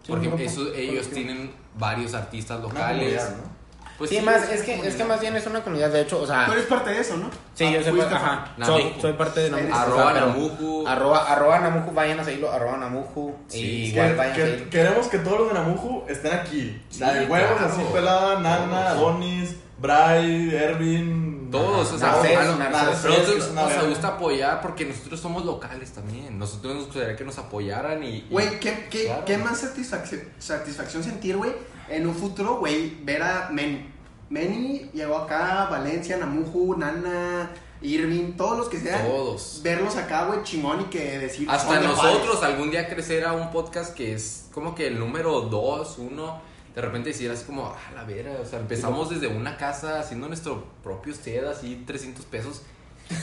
Sí, Porque un grupo. eso- ellos Colectivo. tienen varios artistas Una locales. comunidad, ¿no? Pues sí, más, una es que, es que comunidad. más bien es una comunidad, de hecho, o sea, Tú eres parte de eso, ¿no? sí, Ah, yo soy, fuiste, ajá, fan. soy, Namuco. soy parte de Eres- Namuco. Arroba o sea, pero- Namuju. Arroba, arroba Namuju, vayan a seguirlo, arroba Namuju. Sí, y Que- igual vayan a que- seguirlo. queremos que todos los de Namuju estén aquí. Sí, La de huevos, claro. así pelada, Nana, Adonis, Bray, Ervin. Todos, o sea, Narcés, a lo- Narcés, pero es que nosotros es una nos verga. gusta apoyar porque nosotros somos locales también. Nosotros nos gustaría que nos apoyaran y. y- Güey, ¿qué, qué, Claro. qué más satisfacción, satisfacción sentir, güey, en un futuro, güey, ver a Men. Meni llegó acá, Valencia, Namuju, Nana, Irving, todos los que sean. Todos. Verlos acá, güey, chingón y que decir. Hasta "Son de nosotros algún día crecerá un podcast que es como que el número 2, 1. De repente decir así como, ah, la vera. O sea, empezamos desde una casa haciendo nuestro propio sed, así 300 pesos.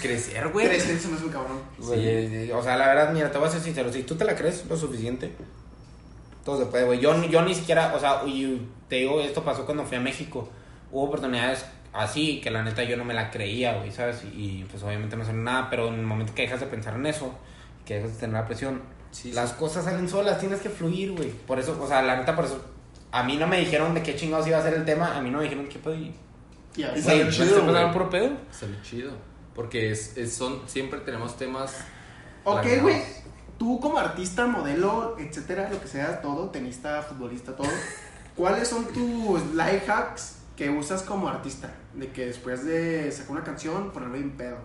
Crecer, güey. Juárez". Tres, eso no es un cabrón. Güey, eh, o sea, la verdad, mira, te voy a ser sincero. Si tú te la crees lo suficiente, todo se puede, güey. Yo, yo ni siquiera, o sea, y te digo, esto pasó cuando fui a México. Hubo oportunidades así que la neta yo no me la creía, güey, ¿sabes? Y, pues obviamente no salió nada, pero en el momento que dejas de pensar en eso, que dejas de tener la presión, Sí, sí. las cosas salen solas, tienes que fluir, güey. Por eso, o sea, la neta, por eso. A mí no me dijeron de qué chingados iba a ser el tema, a mí no me dijeron qué pedo. y- Y a Y ver, salió Güey, chido, ¿me estás güey. pasando puro pedo? Sale chido. Porque es, es- son, siempre tenemos temas. Ok, planeados. güey. Tú como artista, modelo, etcétera, lo que sea, todo, tenista, futbolista, (laughs) todo. ¿Cuáles son tus life hacks que usas como artista? De que después de sacar una canción, ponerle un pedo.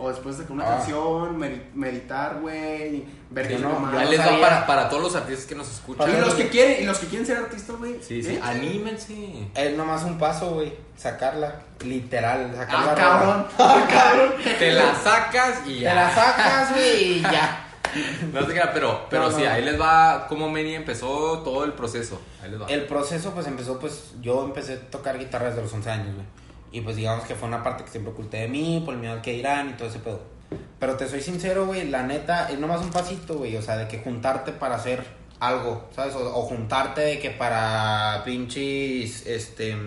O después de sacar una Ah. canción, medi- meditar, güey, ver Sí, qué no, no, yo Ahí les va sabía. para, para todos los artistas que nos escuchan. Y los que quieren, y los que quieren ser artistas, güey. Sí, sí. Ah, ¿eh? (laughs) Anímense. Es nomás un paso, güey. Sacarla. Literal, sacarla. Ah, cabrón. Te la sacas y Te ya. la sacas, güey, y ya. No te creas, pero, pero No, no, sí, no. ahí les va cómo Meni empezó todo el proceso. Ahí les va. El proceso, pues empezó, pues yo empecé a tocar guitarra desde los 11 años, güey. Y pues digamos que fue una parte que siempre oculté de mí, por el miedo al que dirán y todo ese pedo. Pero te soy sincero, güey, la neta, es nomás un pasito, güey. O sea, de que juntarte para hacer algo, ¿sabes? O, o juntarte de que para pinches, este...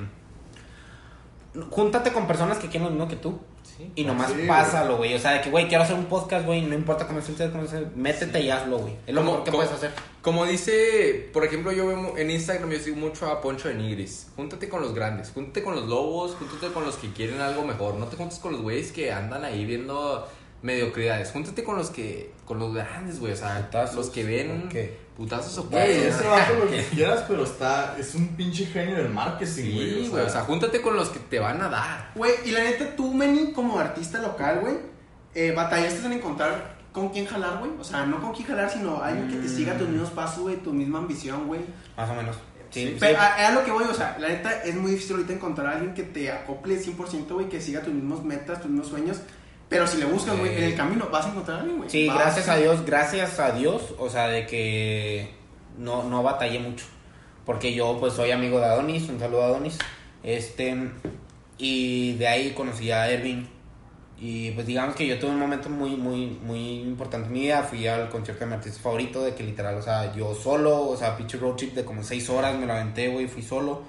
Júntate con personas que quieren lo mismo que tú. Sí. Y nomás Sí, güey. pásalo, güey. O sea, de que, güey, quiero hacer un podcast, güey. No importa cómo se cómo se Métete y hazlo, güey. Es lo Como- mejor que como- puedes hacer. Como dice, por ejemplo, yo veo mu- en Instagram, yo sigo mucho a Poncho de Nigris. Júntate con los grandes, júntate con los lobos, júntate con los que quieren algo mejor. No te juntes con los güeyes que andan ahí viendo mediocridades. Júntate con los que, con los grandes, güey. O sea, Putazos, los que ven ¿o qué? putazos o Güey, qué. ese vato (laughs) lo que quieras, pero está. Es un pinche genio del marketing, güey. Sí, güey. O sea, júntate con los que te van a dar. Güey, y la neta, tú, Meni, como artista local, güey, eh, batallaste en encontrar con quién jalar, güey. O sea, no con quién jalar, sino alguien que te Mm. siga tus mismos pasos, güey, tu misma ambición, güey. Más o menos. Sí, sí. Pero a, a lo que voy, o sea, la neta, es muy difícil ahorita encontrar a alguien que te acople 100%, güey, que siga tus mismos metas, tus mismos sueños. Pero si le buscas, güey, Sí. en el camino vas a encontrar a alguien, güey. Sí, Vas. gracias a Dios, gracias a Dios, o sea, de que no, no batallé mucho. Porque yo, pues, soy amigo de Adonis, un saludo a Adonis. Este, y de ahí conocí a Ervin. Y pues, digamos que yo tuve un momento muy, muy, muy importante en mi vida. Fui al concierto de mi artista favorito, de que literal, o sea, yo solo, o sea, pinche road trip de como seis horas, me lo aventé, güey, fui solo.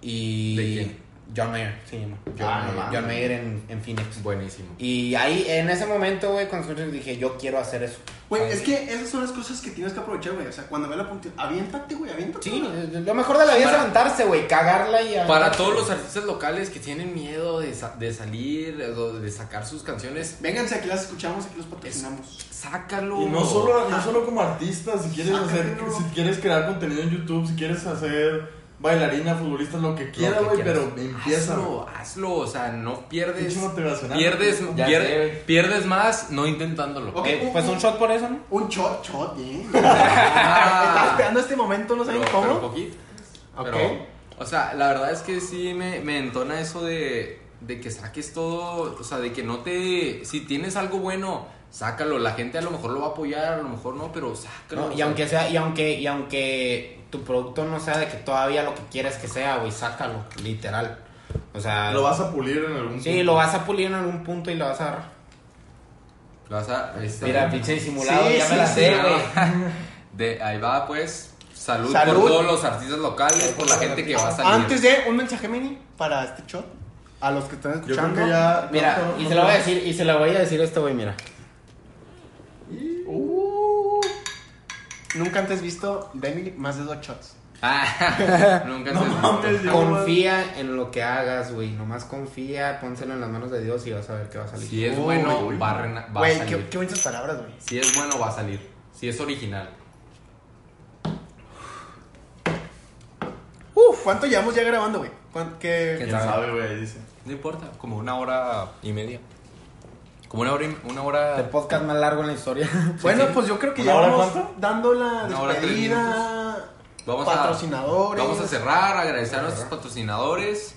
Y. ¿De quién? John Mayer, se llama. John, Ah, no Mayer, mames. John Mayer en, en Phoenix. Buenísimo. Y ahí, en ese momento, güey, cuando escuché, dije, yo quiero hacer eso. Güey, Ay. es que esas son las cosas que tienes que aprovechar, güey. O sea, cuando ve la oportunidad, aviéntate, güey, aviéntate. Sí, eh, güey. lo mejor de la vida Para- es levantarse, güey, cagarla y... Eh, Para todos los artistas locales que tienen miedo de, sa- de salir, o de sacar sus canciones, Vénganse, aquí las escuchamos, aquí los patrocinamos. sácalo. Y no solo, no solo como artista, si quieres Sácalo. hacer, si quieres crear contenido en YouTube, si quieres hacer bailarina, futbolista, lo que quieras, güey, pero empieza. güey. Hazlo, hazlo, o sea, no pierdes. Pinche motivacional. Pierdes, güey. Ya pier- sé, güey. pierdes más no intentándolo. (laughs) Ok. Eh, pues un shot por eso, ¿no? Un shot, shot, eh. bien. Estaba Ah, esperando este momento, no saben pero- pero cómo. poquito. Ok. Pero, o sea, la verdad es que sí me, me entona eso de, de que saques todo, o sea, de que no te... Si tienes algo bueno, sácalo. La gente a lo mejor lo va a apoyar, a lo mejor no, pero sácalo. No, o y sea, aunque sea, y aunque, y aunque tu producto no sea de que todavía lo que quieres que sea, güey, sácalo, literal. O sea... Lo vas a pulir en algún Sí, lo vas a pulir en algún punto y lo vas a agarrar. lo vas a- este, ahí está. Mira, pinche disimulado, Sí, ya sí, me la sí, sé, no. güey. (laughs) De, ahí va, pues. Salud, Salud. por todos los artistas locales, por la gente que va a salir. Antes de un mensaje mini para este shot, a los que están Yo creo escuchando. que ya. Mira, y se lo voy a decir, y se lo voy a decir a este güey, mira. Uh, nunca antes visto de Emily más de dos shots. Ah, (laughs) nunca (laughs) No se mames, yo- Confía en lo que hagas, güey. Nomás confía, pónselo en las manos de Dios y vas a ver qué va a salir. Si es Uy, bueno, uy. va, a rena- va a Güey, salir. qué, qué bonitas palabras, güey. Si es bueno, va a salir. Si es original. Uf, ¿cuánto llevamos ya grabando, güey? ¿Cuán- qué- Quién sabe, güey, dice. No importa, como una hora y media. Como una hora y- una hora. El podcast más largo en la historia. (laughs) Bueno, pues yo creo que ¿Una ya hora vamos cuánto? dando la Una hora, tres despedida. Vamos a- patrocinadores. Vamos a cerrar, agradecer a nuestros patrocinadores.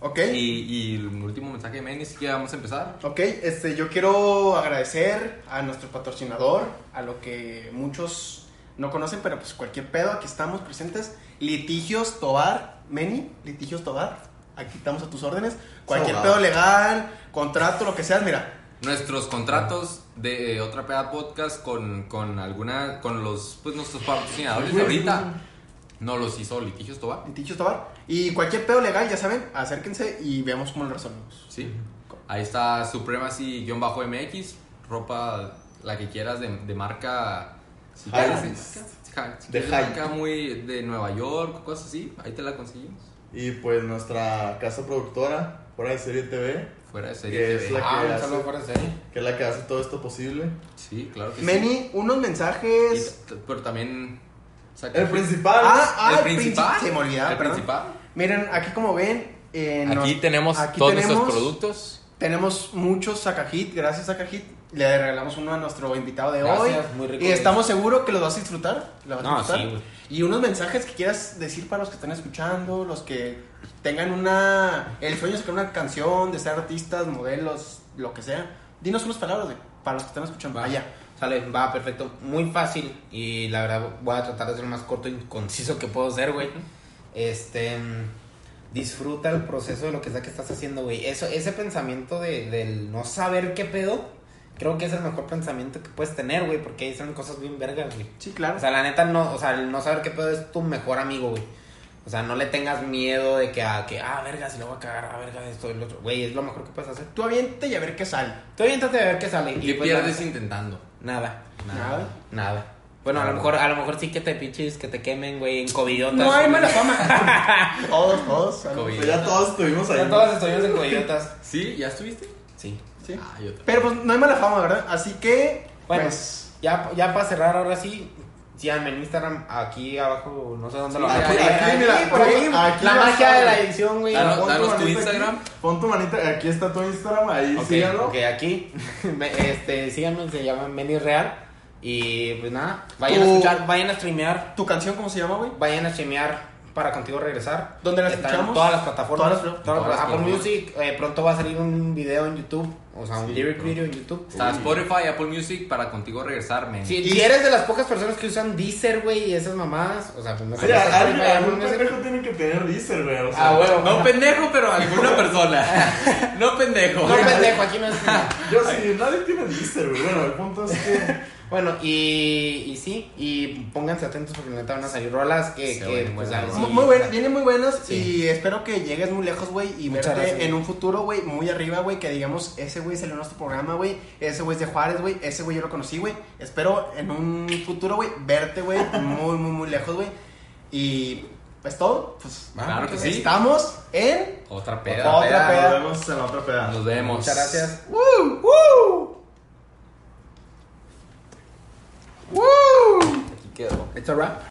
Ok. Y, y el último mensaje de Manny es que ya vamos a empezar. Ok, este, yo quiero agradecer a nuestro patrocinador, a lo que muchos no conocen, pero pues cualquier pedo, aquí estamos presentes. Litigios Tobar, Meni, Litigios Tobar, aquí estamos a tus órdenes. Cualquier Sobado. pedo legal, contrato, lo que seas, mira. Nuestros contratos de eh, otra peda podcast con, con alguna con los pues nuestros patrocinadores de ahorita no los hizo litigios Toba. Litigios Tobar. Y cualquier pedo legal, ya saben, acérquense y veamos cómo lo resolvemos. Sí. Ahí está Supremacy-MX, ropa la que quieras de, de marca. si quieres, Highlands. marca- si De quieres Highlands. marca muy de Nueva York, cosas así. Ahí te la conseguimos. Y pues nuestra casa productora, fuera de serie TV, Fuera de serie. que es TV. la Ah, que, un saludo hace, fuera de serie. que es la que hace todo esto posible. Sí, claro que sí. Meni, unos mensajes. Y t- Pero también. saca- El principal. Ah, ah, el el principal. princi- se me olvidaba, El perdón. principal. Miren, aquí como ven, eh, Aquí nos- tenemos aquí todos tenemos- pues nuestros productos. Tenemos muchos Sacajit, gracias Sacajit. Le regalamos uno a nuestro invitado de Gracias, hoy. muy rico. y estamos seguros que los vas a disfrutar. lo vas a No, disfrutar. sí, güey. y unos mensajes que quieras decir para los que están escuchando, los que tengan una. El sueño de sacar una canción, de ser artistas, modelos, lo que sea. Dinos unas palabras güey, para los que están escuchando. Ah, Va. Allá. Sale, va, perfecto. Muy fácil. Y la verdad, voy a tratar de ser lo más corto y conciso que puedo ser, güey. Este. mm, Disfruta el proceso de lo que sea que estás haciendo, güey. Eso, ese pensamiento de, del no saber qué pedo, creo que es el mejor pensamiento que puedes tener, güey. Porque ahí son cosas bien vergas, güey. Sí, claro. O sea, la neta, no, o sea, el no saber qué pedo es tu mejor amigo, güey. O sea, no le tengas miedo de que, ah, que, ah, verga, si lo voy a cagar, ah, verga, esto, el otro. Güey, es lo mejor que puedes hacer. tú aviente y a ver qué sale. Tú inténtate a ver qué sale. Y pues, la pierdes neta, intentando. Nada. Nada. Nada. Bueno, a lo mejor, a lo mejor sí que te pinches, que te quemen, güey, en covidiotas. No hay güey. mala fama. todos, todos. COVID. Pues ya todos estuvimos ahí. Ya ¿no? todos estuvimos en covidiotas. ¿Sí? ¿Ya estuviste? Sí. Sí. Ah, yo también. Pero pues no hay mala fama, ¿verdad? Así que. Bueno, pues, ya, ya para cerrar ahora sí, síganme en Instagram, aquí abajo, no sé dónde lo Aquí, van a poner. aquí, mira, por ahí. aquí ya La magia saben. de la edición, güey. Danos- Pon tu danos tu manita aquí, Instagram. pon tu manita, aquí está tu Instagram, ahí Ok, síganlo. ok, aquí, (laughs) me- este, síganme, se llama Benny Real. Y pues nada, vayan Tú- a escuchar, vayan a streamear, ¿Tu canción cómo se llama, güey? vayan a streamear para contigo regresar. ¿Dónde la Está escuchamos? En todas las plataformas. Todas las- Todas las- todas las Apple plataformas. Music, eh, pronto va a salir un video en YouTube, o sea, un lyric video en YouTube. Está Spotify, Apple Music para contigo regresarme. Si, Y- si eres de las pocas personas que usan Deezer, güey, y esas mamadas, o sea, pues no Sí, a- alguien- algún Music. pendejo tiene que tener Deezer, güey. o sea, Ah, huevo. No pendejo, pero alguna persona. (laughs) No pendejo. No pendejo, aquí no es. Yo sí, nadie tiene Deezer, güey. Bueno, el punto es que. Bueno, y, y sí, y pónganse atentos porque neta van a salir rolas que, Se que, ven pues, buenas a ver rolas. si- Muy buenas, vienen muy buenas Sí. y espero que llegues muy lejos, güey, y Muchas verte gracias. en un futuro, güey, muy arriba, güey, que digamos, ese güey salió en nuestro programa, güey, ese güey es de Juárez, güey, ese güey yo lo conocí, güey. Espero en un futuro, güey, verte, güey, muy, muy, muy lejos, güey. Y pues todo, pues Claro que sí. estamos en... Otra peda. Otra peda. Nos vemos en la otra peda. Nos vemos. Muchas gracias. ¡Woo! ¡Woo! ¡Woo! Aquí quedó. It's a wrap.